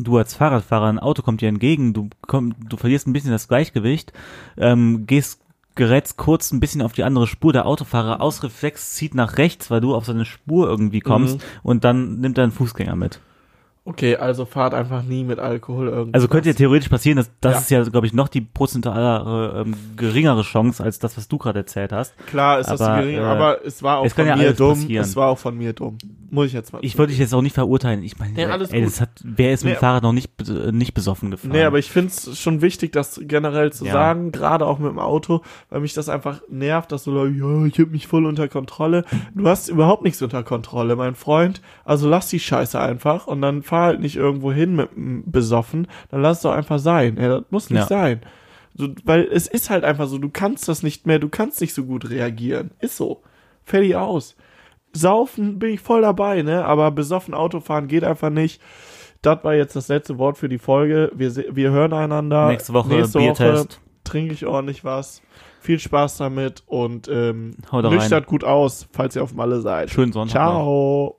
[SPEAKER 3] du als Fahrradfahrer ein Auto kommt dir entgegen, du komm, du verlierst ein bisschen das Gleichgewicht, ähm, gehst gerätst kurz ein bisschen auf die andere Spur, der Autofahrer aus Reflex zieht nach rechts, weil du auf seine Spur irgendwie kommst
[SPEAKER 4] Mhm.
[SPEAKER 3] und dann nimmt er einen Fußgänger mit.
[SPEAKER 4] Okay, also fahrt einfach nie mit Alkohol irgendwie.
[SPEAKER 3] Also könnte ja theoretisch passieren, dass das
[SPEAKER 4] Ja.
[SPEAKER 3] ist ja, glaube ich, noch die prozentualere ähm, geringere Chance als das, was du gerade erzählt hast.
[SPEAKER 4] Klar ist das
[SPEAKER 3] aber,
[SPEAKER 4] gering,
[SPEAKER 3] äh,
[SPEAKER 4] aber es war auch
[SPEAKER 3] es kann
[SPEAKER 4] von
[SPEAKER 3] ja
[SPEAKER 4] mir
[SPEAKER 3] alles
[SPEAKER 4] dumm.
[SPEAKER 3] passieren.
[SPEAKER 4] Es war auch von mir dumm. Muss ich jetzt mal.
[SPEAKER 3] Ich wollte dich jetzt auch nicht verurteilen. Ich meine,
[SPEAKER 4] Nee, alles
[SPEAKER 3] ey,
[SPEAKER 4] gut.
[SPEAKER 3] das hat, wer ist mit
[SPEAKER 4] Nee.
[SPEAKER 3] dem Fahrrad noch nicht be- nicht besoffen gefahren?
[SPEAKER 4] Nee, aber ich find's schon wichtig, das generell zu
[SPEAKER 3] Ja.
[SPEAKER 4] sagen, gerade auch mit dem Auto, weil mich das einfach nervt, dass du Leute, ja, ich hab mich voll unter Kontrolle. Du hast überhaupt nichts unter Kontrolle, mein Freund. Also lass die Scheiße einfach und dann fahr halt nicht irgendwo hin mit m, besoffen. Dann lass es doch einfach sein. Ja, das muss nicht
[SPEAKER 3] Ja.
[SPEAKER 4] sein. So, weil es ist halt einfach so, du kannst das nicht mehr, du kannst nicht so gut reagieren. Ist so. Fertig aus. Saufen bin ich voll dabei, ne? Aber besoffen Autofahren geht einfach nicht. Das war jetzt das letzte Wort für die Folge. Wir, se- wir hören einander.
[SPEAKER 3] Nächste Woche Biertest.
[SPEAKER 4] trinke ich ordentlich was. Viel Spaß damit und ähm,
[SPEAKER 3] Haut rein.
[SPEAKER 4] nüchtert gut aus, falls ihr auf Malle seid.
[SPEAKER 3] Schönen Sonntag
[SPEAKER 4] Ciao.